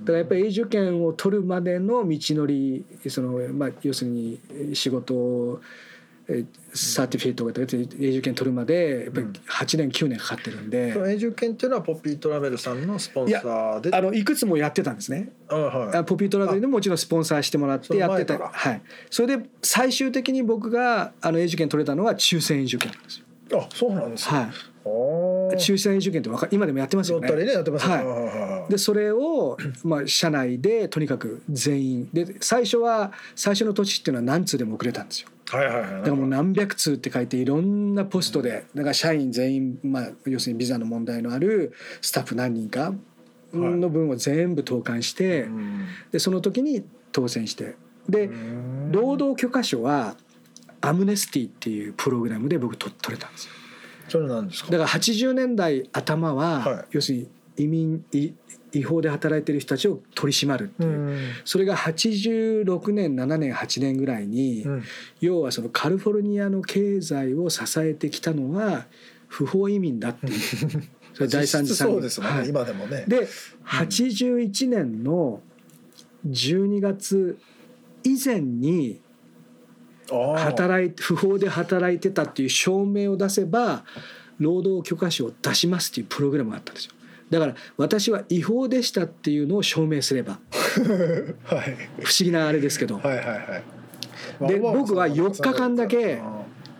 Speaker 4: だからやっぱり永住権を取るまでの道のりその、まあ、要するに仕事をサーティフィケートが出て永住権取るまでやっぱり8年9年かかってるんで、
Speaker 3: うん、永住権っていうのはポピートラベルさんのスポンサーで
Speaker 4: いあのいくつもやってたんですね、、
Speaker 3: あはい
Speaker 4: ポピートラベルでももちろんスポンサーしてもらってやってたはい、それで最終的に僕があの永住権取れたのは抽選永住権なんです
Speaker 3: よあそうなんです
Speaker 4: ね、はい抽選受験ってか今でもやってますよね。
Speaker 3: ねやってます、
Speaker 4: はい、でそれを、 まあ、社内でとにかく全員で最初は最初の年っていうのは何通でも遅れたんですよ。
Speaker 3: はいはいはい、
Speaker 4: だからもう何百通って書いていろんなポストで、だから社員全員、まあ、要するにビザの問題のあるスタッフ何人かの分を全部投函して、はい、でその時に当選してで労働許可書はアムネスティっていうプログラムで僕取取れたんですよ。
Speaker 3: それなんですか
Speaker 4: だから80年代頭は、はい、要するに移民違法で働いてる人たちを取り締まるっていう、うん、それが86年7年8年ぐらいに、うん、要はそのカリフォルニアの経済を支えてきたのは不法移民だって いう
Speaker 3: それ第三次産業ですね、はい、今でもね。
Speaker 4: で81年の12月以前に、働い不法で働いてたっていう証明を出せば労働許可証を出しますっていうプログラムがあったんですよだから私は違法でしたっていうのを証明すれば、
Speaker 3: はい、
Speaker 4: 不思議なあれですけど
Speaker 3: はいはい、はい、
Speaker 4: で僕は4日間だけ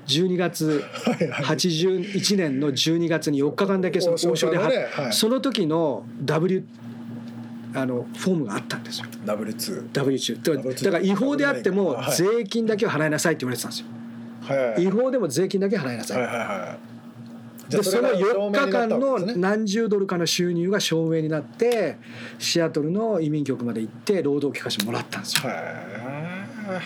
Speaker 4: 12月81年の12月に4日間だけその王将で
Speaker 3: 王将からねはい
Speaker 4: その時の W あのフォームがあったんですよ
Speaker 3: W2
Speaker 4: W2 だからだから違法であっても
Speaker 3: はい
Speaker 4: 税金だけは払いなさいって言われてたんですよ
Speaker 3: はいはいはい
Speaker 4: 違法でも税金だけ払いな
Speaker 3: はい
Speaker 4: さい
Speaker 3: はいはいじゃ
Speaker 4: で
Speaker 3: あ
Speaker 4: そ
Speaker 3: れ
Speaker 4: の
Speaker 3: が
Speaker 4: 4
Speaker 3: 証明にな
Speaker 4: 日間
Speaker 3: ったわ
Speaker 4: の
Speaker 3: けですね
Speaker 4: 何十ドルかの収入が証明になってシアトルの移民局まで行って労働許可証もらったんですよ
Speaker 3: は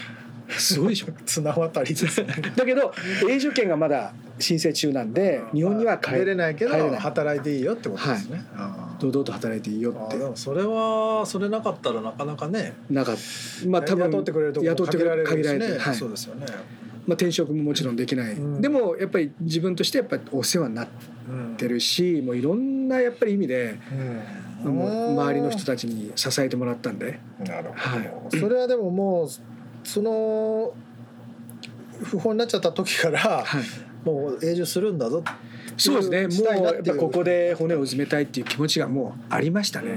Speaker 4: すごいでしょ
Speaker 3: い綱渡りですね
Speaker 4: だけど永住権がまだ申請中なんで日本には帰
Speaker 3: れないけ
Speaker 4: 帰れ
Speaker 3: ど
Speaker 4: ない
Speaker 3: 働いていいよってことですねあー
Speaker 4: 堂々と働いていいよ
Speaker 3: あ
Speaker 4: っ
Speaker 3: ーで
Speaker 4: て
Speaker 3: もそれはそれなかったらなかなかね
Speaker 4: なんかまあ多分
Speaker 3: 雇ってくれるとこも
Speaker 4: 雇って
Speaker 3: 限
Speaker 4: く
Speaker 3: ら
Speaker 4: れ
Speaker 3: れ
Speaker 4: る
Speaker 3: る
Speaker 4: 限ら
Speaker 3: し
Speaker 4: れ
Speaker 3: ね
Speaker 4: て、はい
Speaker 3: そうですよね
Speaker 4: まあ、転職ももちろんできない、
Speaker 3: うん
Speaker 4: でもやっぱり自分としてやっぱりお世話になっ
Speaker 3: うん
Speaker 4: てるしもういろんなやっぱり意味で
Speaker 3: うん
Speaker 4: もう周りの人たちに支えてもらったんで
Speaker 3: なるほど、
Speaker 4: は
Speaker 3: それはでももうその不法になっちゃった時から、
Speaker 4: はい
Speaker 3: もう永住するんだぞ
Speaker 4: そうですね
Speaker 3: したい
Speaker 4: も
Speaker 3: な
Speaker 4: う
Speaker 3: ってい
Speaker 4: や
Speaker 3: う
Speaker 4: っぱここで骨を埋めたいっていう気持ちがもうありましたね、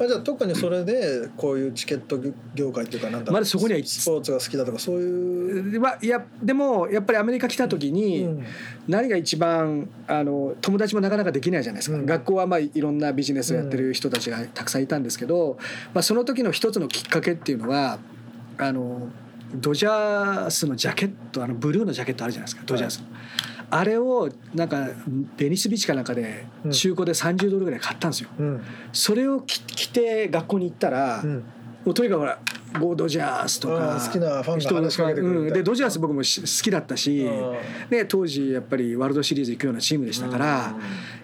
Speaker 3: あじゃあ特にそれでこういうチケット業界っていうかなんだろう
Speaker 4: まだそこには
Speaker 3: スポーツが好きだとかそういう、
Speaker 4: でまあいやでもやっぱりアメリカ来た時に、
Speaker 3: うん
Speaker 4: 何が一番あの友達もなかなかできないじゃないですか、
Speaker 3: うん
Speaker 4: 学校はまあいろんなビジネスをやってる人たちがたくさんいたんですけど、まあ、その時の一つのきっかけっていうのはあのドジャースのジャケットあのブルーのジャケットあるじゃないですかドジャースの、あれをなんかベニスビーチかなんかで
Speaker 3: うん
Speaker 4: 中古で30ドルぐらい買ったんですよ、
Speaker 3: うん
Speaker 4: それを着着て学校に行ったら、
Speaker 3: うん
Speaker 4: もうとにかくほらゴードジャースと
Speaker 3: あ
Speaker 4: か
Speaker 3: ー好きなファンが話しかけてくるみたいな
Speaker 4: うんでドジャース僕もし好きだったし、ね、当時やっぱりワールドシリーズ行くようなチームでしたから、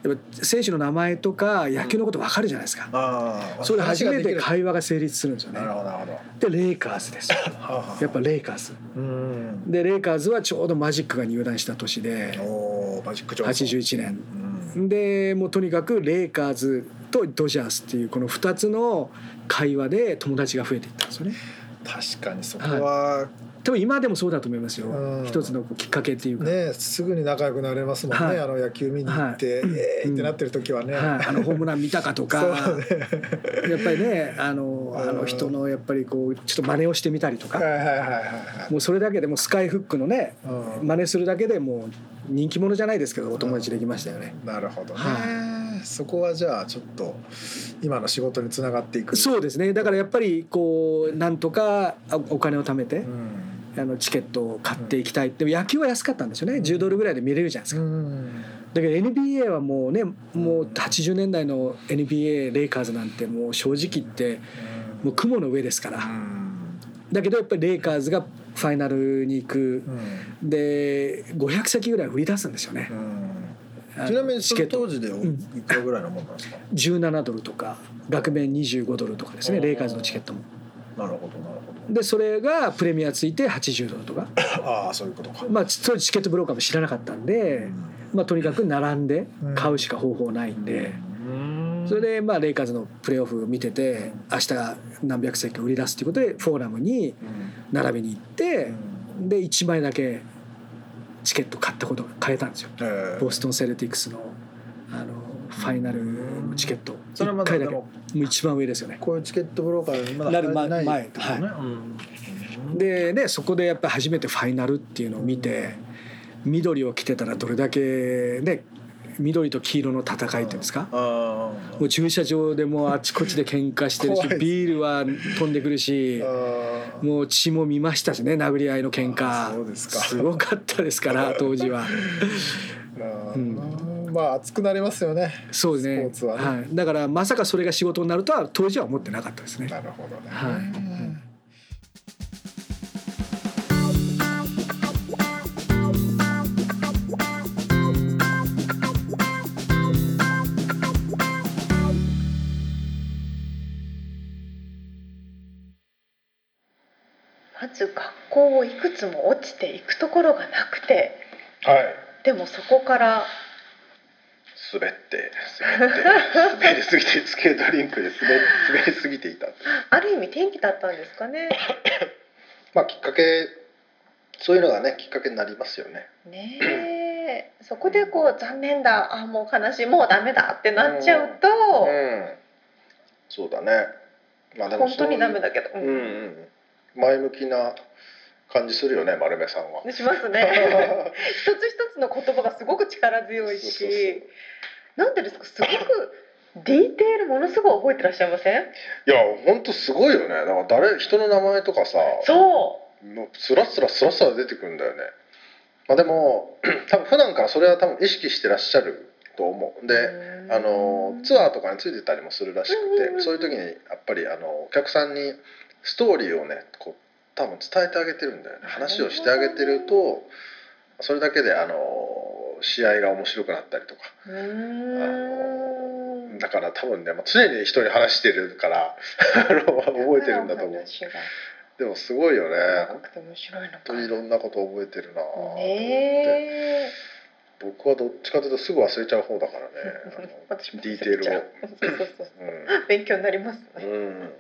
Speaker 4: やっぱ選手の名前とか野球のこと分かるじゃないですか、
Speaker 3: ああ
Speaker 4: それで初め
Speaker 3: な
Speaker 4: て
Speaker 3: る
Speaker 4: 会話が成立するんですよね
Speaker 3: ほどなるほどは
Speaker 4: でレイカーズですよ
Speaker 3: あはあ
Speaker 4: やっぱレイカーズ
Speaker 3: うん
Speaker 4: でレイカーズはちょうどマジックが入団した年で
Speaker 3: おーマジック・ジョンソン
Speaker 4: 81年
Speaker 3: うん
Speaker 4: でもうとにかくレイカーズとドジャースっていうこの2つの会話で友達が増えていったんですよね
Speaker 3: 確かにそこは
Speaker 4: 多分今でもそうだと思いますよ、
Speaker 3: うん
Speaker 4: 一つのこうきっかけっていうか、
Speaker 3: ねすぐに仲良くなれますもんね、
Speaker 4: はい
Speaker 3: あの野球見に行って、
Speaker 4: はい
Speaker 3: えーってなってる時はね、
Speaker 4: はい、あのホームラン見たかと か、
Speaker 3: そうね
Speaker 4: やっぱりねあのあの人のやっぱりこうちょっと真似をしてみたりと
Speaker 3: はい
Speaker 4: か
Speaker 3: はいはいはいはい
Speaker 4: もうそれだけでもうスカイフックのね
Speaker 3: うん
Speaker 4: 真似するだけでもう人気者じゃないですけどお友達できましたよね。
Speaker 3: なるほどね、
Speaker 4: は
Speaker 3: そこはじゃあちょっと今の仕事につながっていく、
Speaker 4: そううですねだからやっぱりこうなんとかあお金を貯めて
Speaker 3: うん
Speaker 4: あのチケットを買っていきたいでも野球は安かったんですよね10ドルぐらいで見れるじゃないです
Speaker 3: う
Speaker 4: か
Speaker 3: ん、
Speaker 4: だけど NBA はもうねもう80年代の NBA レイカーズなんてもう正直言ってもう雲の上ですから
Speaker 3: うん
Speaker 4: だけどやっぱりレイカーズがファイナルに行く
Speaker 3: うん
Speaker 4: で500席ぐらい売り出すんですよね
Speaker 3: う、ん
Speaker 4: あの
Speaker 3: ちなみに
Speaker 4: チ
Speaker 3: そ
Speaker 4: ケ
Speaker 3: の
Speaker 4: ット
Speaker 3: 当時でいくらぐらいのものなんですか、
Speaker 4: 17ドルとか額面25ドルとかですね
Speaker 3: おー
Speaker 4: レイカーズのチケットも
Speaker 3: なるほどなるほ
Speaker 4: でそれがプレミアついて80ドルとか
Speaker 3: どああそういうことか、
Speaker 4: まあち当時チケットブローカーも知らなかったんで、まあ、とにかく並んで
Speaker 3: うん
Speaker 4: 買うしか方法ないんで、
Speaker 3: うん
Speaker 4: それでまあレイカーズのプレーオフ見てて明日何百席売り出すっていうことでフォーラムに
Speaker 3: うん
Speaker 4: 並びに行ってで1枚だけチケット買ったことが買えたんですよ
Speaker 3: えー
Speaker 4: ボストン・セルティックスのあのファイナルのチケット
Speaker 3: それはま
Speaker 4: 1
Speaker 3: だ
Speaker 4: 回だけ
Speaker 3: で
Speaker 4: も
Speaker 3: も
Speaker 4: う一番上ですよね。
Speaker 3: こういうチケットブローカーにまだ
Speaker 4: なる前
Speaker 3: 入れてない
Speaker 4: 前
Speaker 3: ってことねうん
Speaker 4: でねそこでやっぱり初めてファイナルっていうのを見て緑を着てたらどれだけね緑と黄色の戦いっていうんですか
Speaker 3: あー
Speaker 4: もう駐車場でもうあちこちで喧嘩してるし
Speaker 3: 怖いです
Speaker 4: ビールは飛んでくるし
Speaker 3: あー
Speaker 4: もう血も見ましたしね殴り合いの喧
Speaker 3: あ
Speaker 4: 嘩
Speaker 3: そうですか
Speaker 4: すごかったですから当時は。
Speaker 3: あー
Speaker 4: う
Speaker 3: まあ熱くなりますよね
Speaker 4: そうですね
Speaker 3: スポーツはね
Speaker 4: はい、だからまさかそれが仕事になるとは当時は思ってなかったですね。
Speaker 3: なるほどね、
Speaker 4: はい
Speaker 2: まず学校をいくつも落ちていくところがなくて
Speaker 1: はい
Speaker 2: でもそこから
Speaker 1: 滑って滑って滑りす ぎてスケートリンクで滑り滑りすぎていた
Speaker 2: ある意味天気だったんですかね。
Speaker 1: まあきっかけそういうのがねきっかけになりますよね
Speaker 2: ねえそこでこう残念だあもう悲しいもうダメだってなっちゃうと、
Speaker 1: うんそうだねまあでも
Speaker 2: 本当にダメだけど、
Speaker 1: そういううんうん前向きな感じするよね丸目さん は。
Speaker 2: します ね一つ一つの言葉がすごく力強い
Speaker 1: そうそうそう
Speaker 2: しなんでですかすごくディテールものすごい覚えてらっしゃいません
Speaker 1: いや本当すごいよねだから誰人の名前とかさ
Speaker 2: そ
Speaker 1: もうスラスラスラスラ出てくるんだよね、まあ、でも 多分普段からそれは多分意識してらっしゃると思う
Speaker 2: う
Speaker 1: であのツアーとかについてたりもするらし
Speaker 2: うんうん
Speaker 1: く
Speaker 2: うん
Speaker 1: てそういう時にやっぱりあのお客さんにストーリーをねこう多分伝えてあげてるんだよね
Speaker 2: なるほど
Speaker 1: 話をしてあげてるとそれだけであの試合が面白くなったりとか
Speaker 2: うーん
Speaker 1: だから多分ね、まあ、常に人に話してるから あの覚えてるんだと思う
Speaker 2: 話が
Speaker 1: でもすごいよね
Speaker 2: 長くて面白いの
Speaker 1: 本当にい
Speaker 2: か
Speaker 1: ろんなこと覚えてるなと思って、
Speaker 2: ねえ
Speaker 1: 僕はどっちかというとすぐ忘れちゃう方だからねあの
Speaker 2: 私も忘
Speaker 1: デ
Speaker 2: れ
Speaker 1: ィ
Speaker 2: ち
Speaker 1: テ
Speaker 2: ゃう
Speaker 1: ール
Speaker 2: そ
Speaker 1: を。
Speaker 2: うそうそう
Speaker 1: うん
Speaker 2: 勉強になりますね
Speaker 1: うん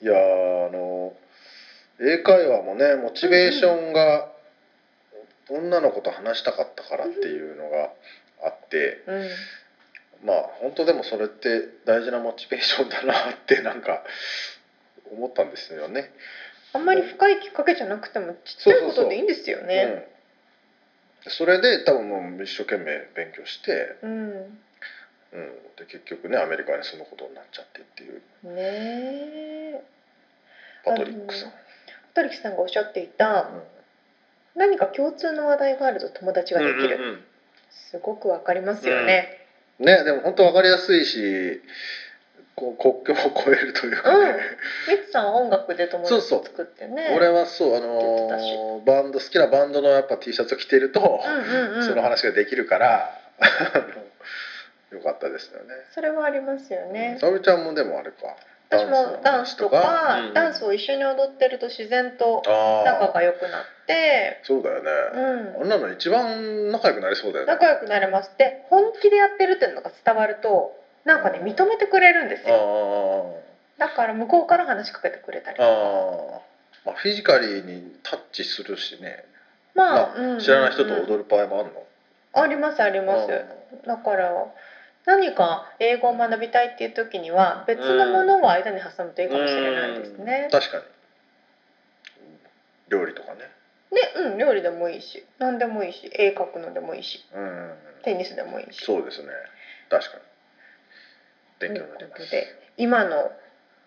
Speaker 1: いやーあの英会話もねモチベーションが女の子と話したかったからっていうのがあって
Speaker 2: うん
Speaker 1: まあ本当でもそれって大事なモチベーションだなってなんか思ったんですよね。
Speaker 2: あんまり深いきっかけじゃなくてもちっちゃいことでいいんですよね
Speaker 1: うん、それで多分もう一生懸命勉強して、
Speaker 2: うん
Speaker 1: うん、で結局ねアメリカに住むことになっちゃってっていう
Speaker 2: ねえ
Speaker 1: パトリックさん。
Speaker 2: トリキさんがおっしゃっていた
Speaker 1: うん
Speaker 2: 何か共通の話題があると友達ができる、
Speaker 1: うんうんうん
Speaker 2: すごくわかりますよね、
Speaker 1: ねでも本当わかりやすいしこう国境を越えるという
Speaker 2: う
Speaker 1: か
Speaker 2: ん、
Speaker 1: ね、
Speaker 2: ミツさんは音楽で友達
Speaker 1: そ
Speaker 2: を
Speaker 1: うそう
Speaker 2: 作ってね
Speaker 1: 俺はそうあ
Speaker 2: 言ってたし
Speaker 1: のーバンド好きなバンドのやっぱ T シャツを着てると、
Speaker 2: うんうんうん
Speaker 1: その話ができるから あのよかったですよね。
Speaker 2: それはありますよね、
Speaker 1: 沙織ちゃんもでもあれか
Speaker 2: 私もダンスとか
Speaker 1: うん
Speaker 2: ダンスを一緒に踊ってると自然と仲
Speaker 1: ああ
Speaker 2: が良くなって
Speaker 1: そうだよね、
Speaker 2: う
Speaker 1: あ
Speaker 2: ん
Speaker 1: んなの一番仲良くなりそうだよね。
Speaker 2: 仲良くなれますで本気でやってるっていうのが伝わるとなんかね認めてくれるんです
Speaker 1: ああ
Speaker 2: よだから向こうから話しかけてくれたり
Speaker 1: ああまあフィジカリーにタッチするしね
Speaker 2: まあ、
Speaker 1: ま
Speaker 2: うん
Speaker 1: 知らない人と
Speaker 2: うん
Speaker 1: 踊る場合もあるの、
Speaker 2: ありますありますだから何か英語を学びたいっていう時には別のものを間に挟むといいかもしれないですね。
Speaker 1: 確かに料理とかね
Speaker 2: ね、うん、料理でもいいし何でもいいし絵描くのでもいいし
Speaker 1: うん
Speaker 2: テニスでもいいし。
Speaker 1: そうですね確かに
Speaker 2: と
Speaker 1: 勉
Speaker 2: いう
Speaker 1: 強にな
Speaker 2: こ
Speaker 1: りま
Speaker 2: と
Speaker 1: す
Speaker 2: で今の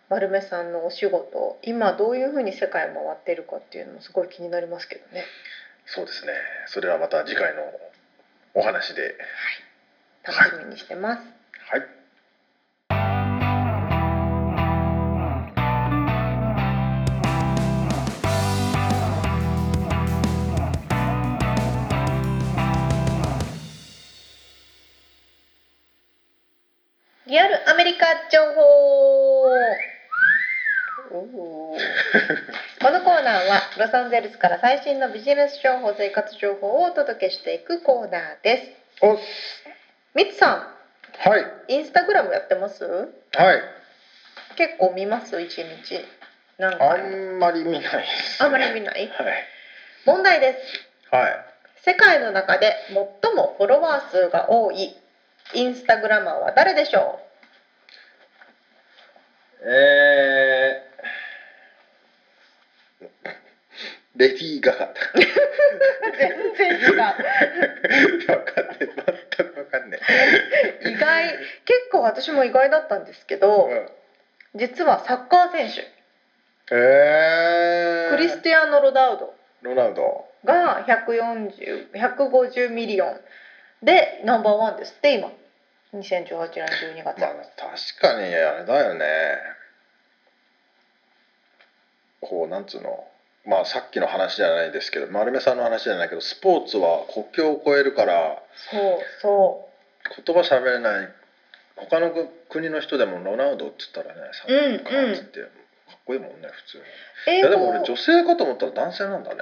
Speaker 2: 丸目さんのお仕事今どういうふうに世界回ってるかっていうのもすごい気になりますけどね
Speaker 1: そうですねそれはまた次回のお話で
Speaker 2: 楽しみにしてます。
Speaker 1: はい
Speaker 2: リアルアメリカ情報おーこのコーナーはロサンゼルスから最新のビジネス情報生活情報をお届けしていくコーナーです
Speaker 1: おっ
Speaker 2: みつさ
Speaker 1: はい
Speaker 2: んインスタグラムやってます
Speaker 1: はい
Speaker 2: 結構見ます一日なんか
Speaker 1: あんまり見ないです
Speaker 2: あんまり見ない
Speaker 1: はい
Speaker 2: 問題です
Speaker 1: はい
Speaker 2: 世界の中で最もフォロワー数が多いインスタグラマーは誰でしょ
Speaker 1: えー、レディー・ガガ
Speaker 2: う全然違う
Speaker 1: わかんない全くわかんない、
Speaker 2: 意外結構私も意外だったんですけど、
Speaker 1: うん
Speaker 2: 実はサッカー選手
Speaker 1: え
Speaker 2: ク
Speaker 1: ー、
Speaker 2: リスティアーノ・ロダウド
Speaker 1: ロナウド
Speaker 2: が140 150ミリオンでナンバーワンですって今2018年12月、
Speaker 1: まあ確かにあれだよねこうなんつうのまあさっきの話じゃないですけど丸目さんの話じゃないけどスポーツは国境を越えるから
Speaker 2: そうそ
Speaker 1: 言葉喋れない他の国の人でもロナウドっつったらねサッカーっつって、かっこいいもんね普通に
Speaker 2: う英
Speaker 1: いやで
Speaker 2: 語
Speaker 1: も俺女性かと思ったら男性なんだね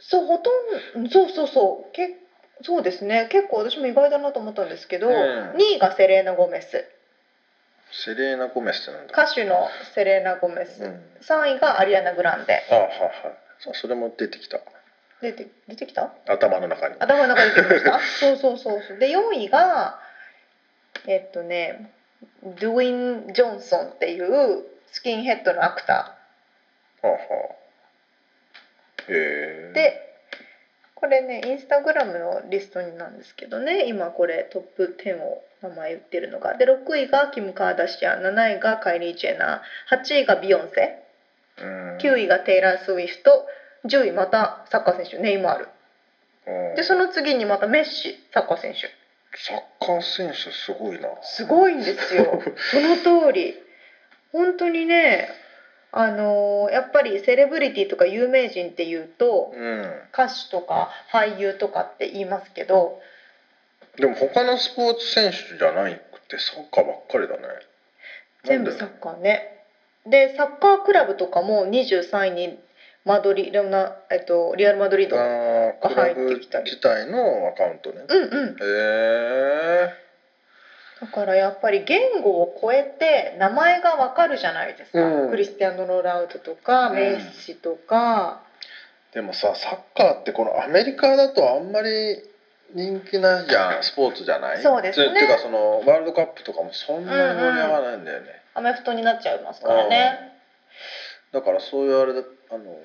Speaker 2: そうほとんどうんそうそうそうけそうですね結構私も意外だなと思ったんですけど、
Speaker 1: うん
Speaker 2: 2位がセレーナ・ゴメス
Speaker 1: セレーナ・ゴメスってなんだ
Speaker 2: 歌手のセレーナ・ゴメス、
Speaker 1: うん、
Speaker 2: 3位がアリアナ・グランデ
Speaker 1: あはいはいそうそれも出てきた
Speaker 2: 出て出てきた
Speaker 1: 頭の中に
Speaker 2: 頭の中に出てきましたそうそうそうそうで4位がえっとねドゥイン・ジョンソンっていうスキンヘッドのアクタ
Speaker 1: はあはへえ
Speaker 2: でこれねインスタグラムのリストになんですけどね今これトップ10を名前言ってるのがで6位がキム・カーダシアン7位がカイリー・ジェナー8位がビヨンセ
Speaker 1: うん
Speaker 2: 9位がテイラー・スウィフト10位またサッカー選手ネイマール
Speaker 1: うん
Speaker 2: でその次にまたメッシサッカー選手
Speaker 1: サッカー選手すごいな
Speaker 2: すごいんですよその通り本当にねあのーやっぱりセレブリティとか有名人っていうと
Speaker 1: うん
Speaker 2: 歌手とか俳優とかって言いますけど
Speaker 1: でも他のスポーツ選手じゃないくてサッカーばっかりだね
Speaker 2: 全部サッカーねでサッカークラブとかも23位にマドリレオナ、えっと、リアル・マドリードうん
Speaker 1: ああークラ
Speaker 2: 入
Speaker 1: ブ
Speaker 2: ってきたり
Speaker 1: 自体のアカウントね
Speaker 2: うん
Speaker 1: へえ
Speaker 2: だからやっぱり言語を超えて名前がわかるじゃないですか、
Speaker 1: うん
Speaker 2: クリスティアーノ・ロナウドとか
Speaker 1: うん
Speaker 2: メッシとか、
Speaker 1: でもさサッカーってこのアメリカだとあんまり人気ない じゃんスポーツじゃない
Speaker 2: そうですね
Speaker 1: つっていうかそのワールドカップとかもそんなに盛り上がらないんだよね、
Speaker 2: アメフトになっちゃいますからね。
Speaker 1: うんだからそういうあれだあの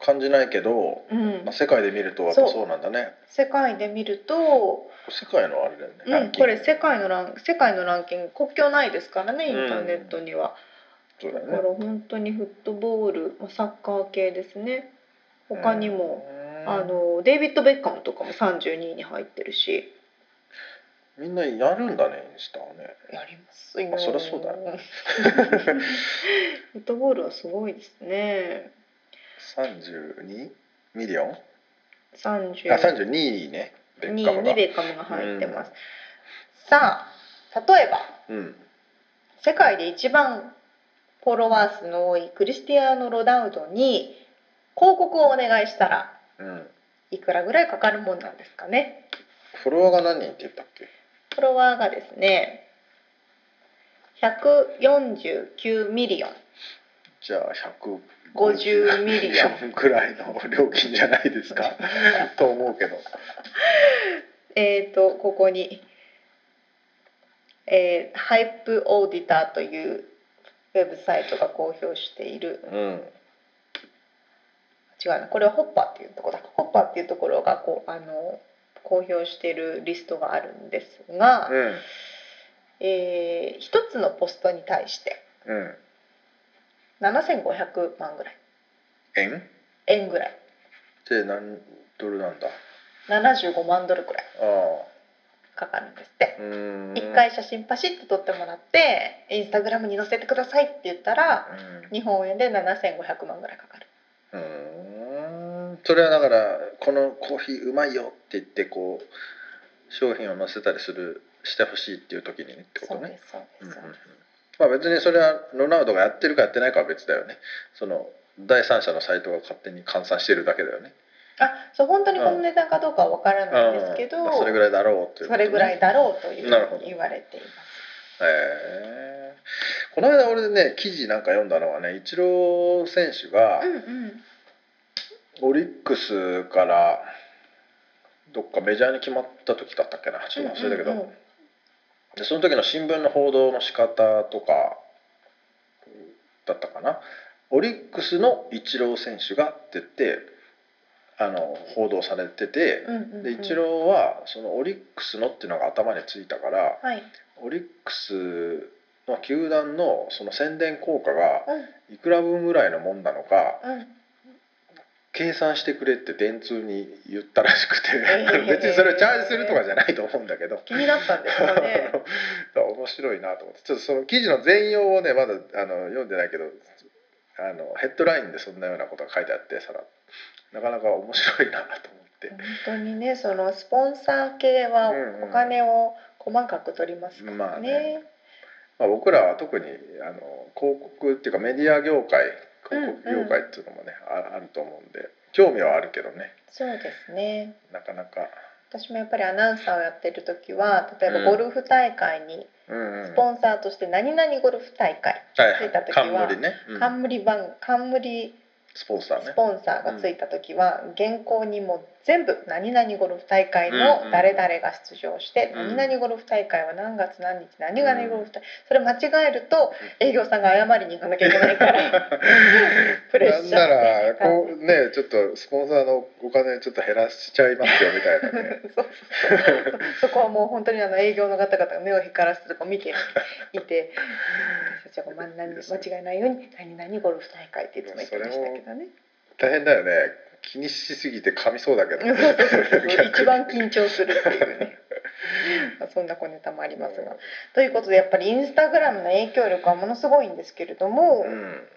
Speaker 1: 感じないけど、
Speaker 2: うん
Speaker 1: まあ、、世界で見るとやっぱそうなんだね
Speaker 2: 世界で見ると、
Speaker 1: 世界のあれだよね、
Speaker 2: う
Speaker 1: ラン
Speaker 2: ん、
Speaker 1: キン
Speaker 2: こ
Speaker 1: グ
Speaker 2: れ世界のラン世界のランキング国境ないですからねインターネットには、
Speaker 1: そうだよ
Speaker 2: だか
Speaker 1: ね
Speaker 2: ら本当にフットボールまあサッカー系ですね他にも、
Speaker 1: うん
Speaker 2: あのデイビッド・ベッカムとかも32位に入ってるし
Speaker 1: みんなやるんだねインスタはね
Speaker 2: やりますよ
Speaker 1: あそりゃそう だよ
Speaker 2: フットボールはすごいですね
Speaker 1: 32ミリオン
Speaker 2: 30
Speaker 1: あ32位ねベ
Speaker 2: に
Speaker 1: ッカム
Speaker 2: に
Speaker 1: が
Speaker 2: ベッカムが入ってます、さあ例えば
Speaker 1: うん
Speaker 2: 世界で一番フォロワー数の多いクリスティアーノ・ロナウドに広告をお願いしたら
Speaker 1: うん
Speaker 2: いくらぐらいかかるもんなんですかね
Speaker 1: フォロワーが何人って言ったっけ
Speaker 2: フォロワーがですね149ミリオン
Speaker 1: じゃあ
Speaker 2: 50ミリオン、
Speaker 1: 150くらいの料金じゃないですかと思うけど
Speaker 2: えー、とここに、えーハイプオーディターというウェブサイトが公表している
Speaker 1: うん
Speaker 2: 違うなこれはホッパーっていうところだホッパーっていうところがこうあの公表しているリストがあるんですが、
Speaker 1: うん
Speaker 2: えー一つのポストに対して
Speaker 1: うん
Speaker 2: 7500万ぐらい
Speaker 1: 円
Speaker 2: 円ぐらい
Speaker 1: で何ドルなんだ
Speaker 2: 75万ドルくらい
Speaker 1: ああ
Speaker 2: かかるんですって
Speaker 1: うーん
Speaker 2: 一回写真パシッと撮ってもらってインスタグラムに載せてくださいって言ったら日本円で7500万ぐらいかかる
Speaker 1: うんうーんそれはだからこのコーヒーうまいよって言ってこう商品を載せたりするしてほしいっていう時にねってこと
Speaker 2: そう
Speaker 1: ね
Speaker 2: ですそう
Speaker 1: う
Speaker 2: で
Speaker 1: ん
Speaker 2: すそ
Speaker 1: うん
Speaker 2: ううんです
Speaker 1: まあ別にそれはロナウドがやってるかやってないかは別だよねその第三者のサイトが勝手に換算してるだけだよね
Speaker 2: あそう本当にこの値段かどうかは分からないんですけど
Speaker 1: うんまあそれぐらいだろうっていうこ
Speaker 2: そ
Speaker 1: とね
Speaker 2: れぐらいだろうという
Speaker 1: なるほ
Speaker 2: ふう
Speaker 1: ど
Speaker 2: に言われています
Speaker 1: へえこの間俺ね記事なんか読んだのはねイチロー選手が
Speaker 2: うんうん
Speaker 1: オリックスからどっかメジャーに決まった時だったっけなちょっと忘れたけど、
Speaker 2: うんうんうん
Speaker 1: でその時の新聞の報道の仕方とかだったかなオリックスのイチロー選手がって言ってあの報道されてて
Speaker 2: うんうんうん
Speaker 1: でイチローはそのオリックスのっていうのが頭についたから
Speaker 2: はい、
Speaker 1: オリックスの球団のその宣伝効果が
Speaker 2: うん
Speaker 1: いくら分ぐらいのもんなのか
Speaker 2: うん、
Speaker 1: 計算してくれって電通に言ったらしく
Speaker 2: え
Speaker 1: て
Speaker 2: ー
Speaker 1: 別にそれをチャージするとかじゃないと思うんだけど。
Speaker 2: 気になったんですか ね
Speaker 1: 面白いなと思ってちょっとその記事の全容をねまだあの読んでないけどあのヘッドラインでそんなようなことが書いてあってさらなかなか面白いなと思って
Speaker 2: 本当にねそのスポンサー系は
Speaker 1: うんうん
Speaker 2: お金を細かく取りますか
Speaker 1: ま
Speaker 2: ら
Speaker 1: あ
Speaker 2: ね
Speaker 1: ね,、まあ、僕らは特にあの広告っていうかメディア業界広告業界っていうのもね、ああると思うんで興味はあるけどね
Speaker 2: そうですね
Speaker 1: なかなか、
Speaker 2: 私もやっぱりアナウンサーをやってる時は例え
Speaker 1: う
Speaker 2: ば
Speaker 1: ん
Speaker 2: ゴルフ大会に
Speaker 1: うんうん、
Speaker 2: スポンサーとして「何々ゴルフ大会
Speaker 1: はい
Speaker 2: ついた時は
Speaker 1: 冠ね、うん
Speaker 2: 冠番冠
Speaker 1: スポンサー
Speaker 2: ス
Speaker 1: ね
Speaker 2: ポンサーがついた時は原稿にも全部「何々ゴルフ大会の誰々が出場して
Speaker 1: うんうん
Speaker 2: 何々ゴルフ大会は何月何日何々ゴルフ大会それ間違えると営業さんが謝りに行かなきゃいけないから プレッシャー
Speaker 1: なんなら
Speaker 2: っていう
Speaker 1: こうねちょっとスポンサーのお金ちょっと減らしちゃいますよみたいなね
Speaker 2: そうそうそうそこはもう本当にあの営業の方々が目を光らせてるとこ見ていて私たちが真ん中に間違いないように「何々ゴルフ大会」っていつも言ってましたけど ね。
Speaker 1: 大変だよね気にしすぎて噛みそうだけど
Speaker 2: そうそうそうそう
Speaker 1: 逆
Speaker 2: 一番緊張するっていうねまあそんな小ネタもありますが。ということでやっぱりインスタグラムの影響力はものすごいんですけれども、
Speaker 1: うん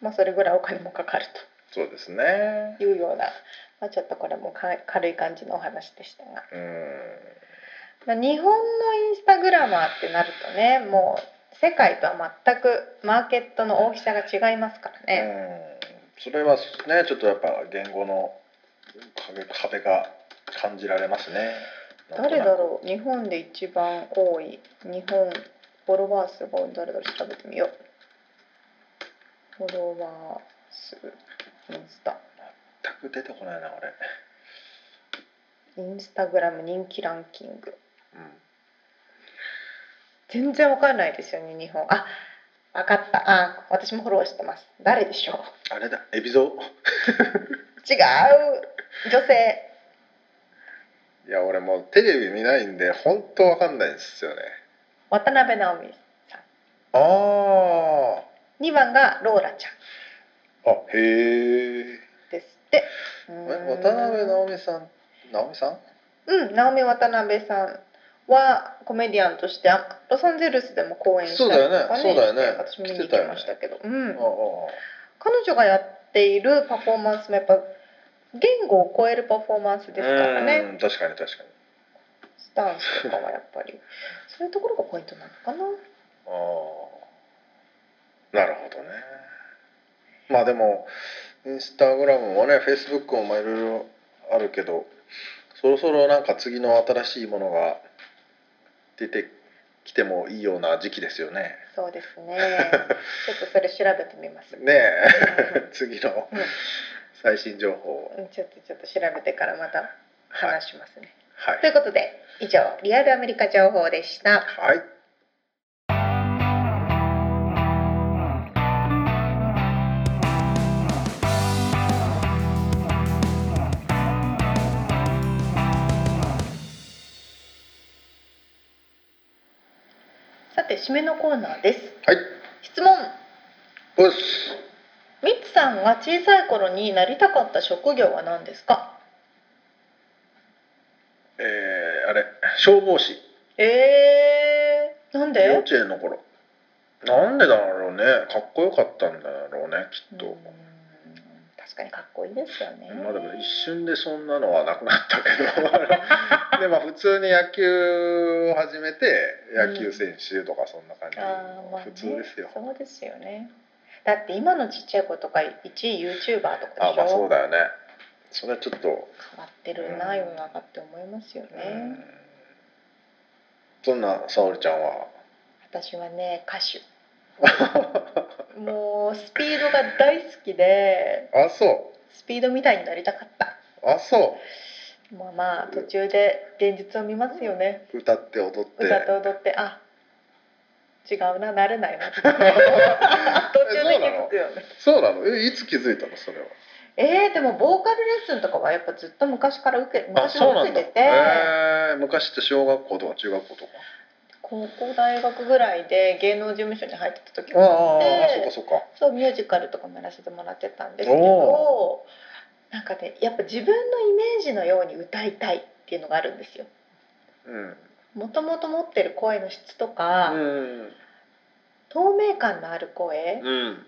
Speaker 2: まあ、それぐらいお金もかかる
Speaker 1: そうですね
Speaker 2: というような、まあ、ちょっとこれもか軽い感じのお話でしたが、
Speaker 1: うん
Speaker 2: まあ、日本のインスタグラマーってなるとねもう世界とは全くマーケットの大きさが違いますからね。
Speaker 1: うんそれはねちょっとやっぱ言語の壁壁が感じられますね。
Speaker 2: 誰だろう日本で一番多い日本フォロワー数が多いの誰だろう調べてみようフォロワー数インスタ
Speaker 1: う全く出てこないな俺。
Speaker 2: インスタグラム人気ランキング
Speaker 1: うん
Speaker 2: 全然わかんないですよね日本あわかったあ私もフォローしてます誰でしょう
Speaker 1: あれだエビゾ
Speaker 2: 違う女性
Speaker 1: ウ。いや俺もうテレビ見ないんで本当わかんないんですよね。
Speaker 2: 渡辺直美さ
Speaker 1: ああ
Speaker 2: ん2番がローラちゃん
Speaker 1: あへえ。
Speaker 2: ですってう
Speaker 1: え
Speaker 2: ーん
Speaker 1: 渡辺直美さん直美さん？
Speaker 2: うん、ナオミ渡辺さんはコメディアンとしてあロサンゼルスでも公演したりとか
Speaker 1: そうだよねそうだよね
Speaker 2: 私も見に行きましたけど、うん
Speaker 1: あ、あ
Speaker 2: 彼女がやっているパフォーマンスもやっぱ言語を超えるパフォーマンスですからね、
Speaker 1: うん確かに確かに。
Speaker 2: スタンスとかはやっぱりそういうところがポイントなのかな
Speaker 1: ああなるほどねまあでもインスタグラムもねフェイスブックもまあいろいろあるけどそろそろなんか次の新しいものが出てきてもいいような時期ですよね
Speaker 2: そうです ねちょっとそれ調べてみます、
Speaker 1: ねえ 次の
Speaker 2: うん
Speaker 1: 最新情報を
Speaker 2: うん、ちょっとちょっと調べてからまた話しますね、
Speaker 1: は
Speaker 2: とい
Speaker 1: いう
Speaker 2: ことで以上リアルアメリカ情報でした
Speaker 1: はい
Speaker 2: さて締めのコーナーです
Speaker 1: はい
Speaker 2: 質問
Speaker 1: よし
Speaker 2: ミッツさんが小さい頃になりたかった職業は何ですか
Speaker 1: えー、あれ消防士
Speaker 2: えー、なん
Speaker 1: 幼
Speaker 2: で
Speaker 1: 稚園の頃なんでだろうねかっこよかったんだろうねきっと。
Speaker 2: うーん確かにかっこいいですよね
Speaker 1: まあでも一瞬でそんなのはなくなったけど でまあ普通に野球を始めて野球選手とかそんな感じ、
Speaker 2: あーまあね
Speaker 1: 普通ですよ、
Speaker 2: そうですよねだって今のちっちゃい子とか1位 YouTuber とかでしょ
Speaker 1: あまあそうだよねそれはちょっと、
Speaker 2: 変わってるな世の中って思いますよね、
Speaker 1: うんそんな沙織ちゃんは
Speaker 2: 私はね歌手もうスピードが大好きで
Speaker 1: あそ
Speaker 2: スピードみたいになりたかった
Speaker 1: うあそ
Speaker 2: まあまあ途中で現実を見ますよね
Speaker 1: う歌って踊って
Speaker 2: 歌と踊ってあ違うな慣れない な途中で気づくよね
Speaker 1: そうなのえいつ気づいたのそれは
Speaker 2: えー、でもボーカルレッスンとかはやっぱずっと昔から受け
Speaker 1: あ
Speaker 2: 昔
Speaker 1: そ
Speaker 2: も
Speaker 1: うな
Speaker 2: 受
Speaker 1: ん
Speaker 2: け
Speaker 1: だ、
Speaker 2: てて、
Speaker 1: えー、昔って小学校とか中学校とか
Speaker 2: 高校大学ぐらいで芸能事務所に入ってた時
Speaker 1: あ
Speaker 2: も
Speaker 1: あ、
Speaker 2: で
Speaker 1: あそうかそうか
Speaker 2: そうミュージカルとかもやらせてもらってたんですけ
Speaker 1: お
Speaker 2: どなんかねやっぱ自分のイメージのように歌いたいっていうのがあるんですよ。
Speaker 1: うん
Speaker 2: もともと持ってる声の質とか、
Speaker 1: うん
Speaker 2: 透明感のある声
Speaker 1: うん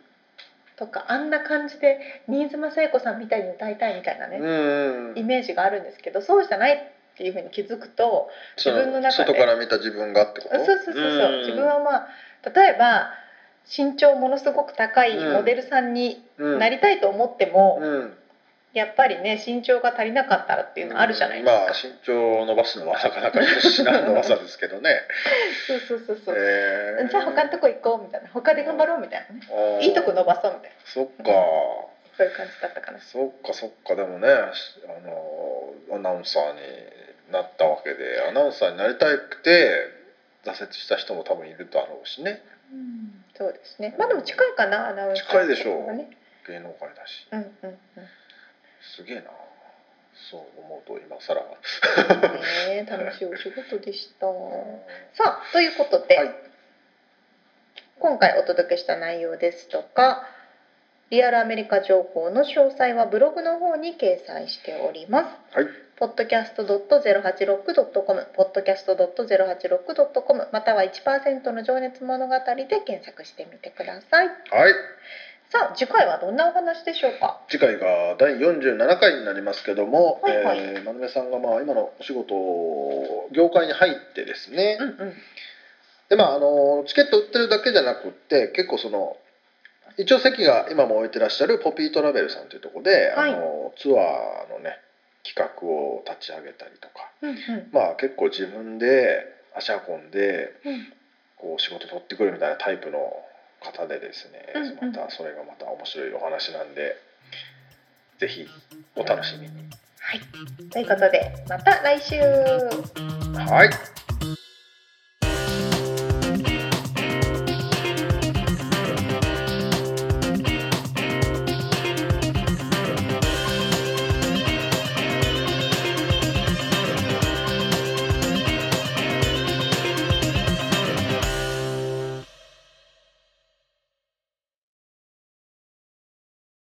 Speaker 2: とかあんな感じで新妻聖子さんみたいに歌いたいみたいなね、
Speaker 1: うん
Speaker 2: イメージがあるんですけどそうじゃないっていうふうに気づくと
Speaker 1: その
Speaker 2: 自分の中で
Speaker 1: 外から見た自分がってこ
Speaker 2: そう
Speaker 1: と
Speaker 2: そうそうそう、
Speaker 1: ん
Speaker 2: 自分はまあ例えば身長ものすごく高いモデルさんになりたいと思っても、
Speaker 1: うん
Speaker 2: やっぱりね身長が足りなかったらっていうのあるじゃないで
Speaker 1: ますあ身長を伸ばすのはなかなか至難の技ですけどね、
Speaker 2: か、そう そうそうそう、
Speaker 1: えー
Speaker 2: じゃあ他のとこ行こうみたいな他で頑張ろうみたいなね
Speaker 1: あー
Speaker 2: いいとこ伸ばそうみたいな
Speaker 1: そっか
Speaker 2: そういう感じだったかな。
Speaker 1: そっかそっかでもねあのアナウンサーになったわけでアナウンサーになりたくて挫折した人も多分いるだろうしね
Speaker 2: うん、そうですね。まあでも近いかな、アナウンサー、
Speaker 1: 近いでしょう
Speaker 2: ね。
Speaker 1: 芸能界だし
Speaker 2: うんうん うん。ね
Speaker 1: すげえなそう思うと今更
Speaker 2: え楽しいお仕事でした。さあということで、
Speaker 1: はい
Speaker 2: 今回お届けした内容ですとかリアルアメリカ情報の詳細はブログの方に掲載しております。
Speaker 1: はい、
Speaker 2: podcast.086.com podcast.086.com または1%の情熱物語で検索してみてください。
Speaker 1: はい
Speaker 2: さあ次回はどんなお話でしょうか。
Speaker 1: 次回が第47回になりますけども、
Speaker 2: はいはい
Speaker 1: えー、まなめさんがまあ今のお仕事を業界に入ってですね、
Speaker 2: うんうん。
Speaker 1: でまああのチケット売ってるだけじゃなくって結構その一応席が今も置いてらっしゃるポピートラベルさんというところで、
Speaker 2: はい
Speaker 1: あのツアーのね企画を立ち上げたりとか
Speaker 2: うんうん
Speaker 1: まあ結構自分で足運んで
Speaker 2: うん
Speaker 1: こう仕事取ってくるみたいなタイプの方でですね、
Speaker 2: うんうん
Speaker 1: またそれがまた面白いお話なんでぜひお楽しみに。
Speaker 2: はい。ということでまた来週。
Speaker 1: はい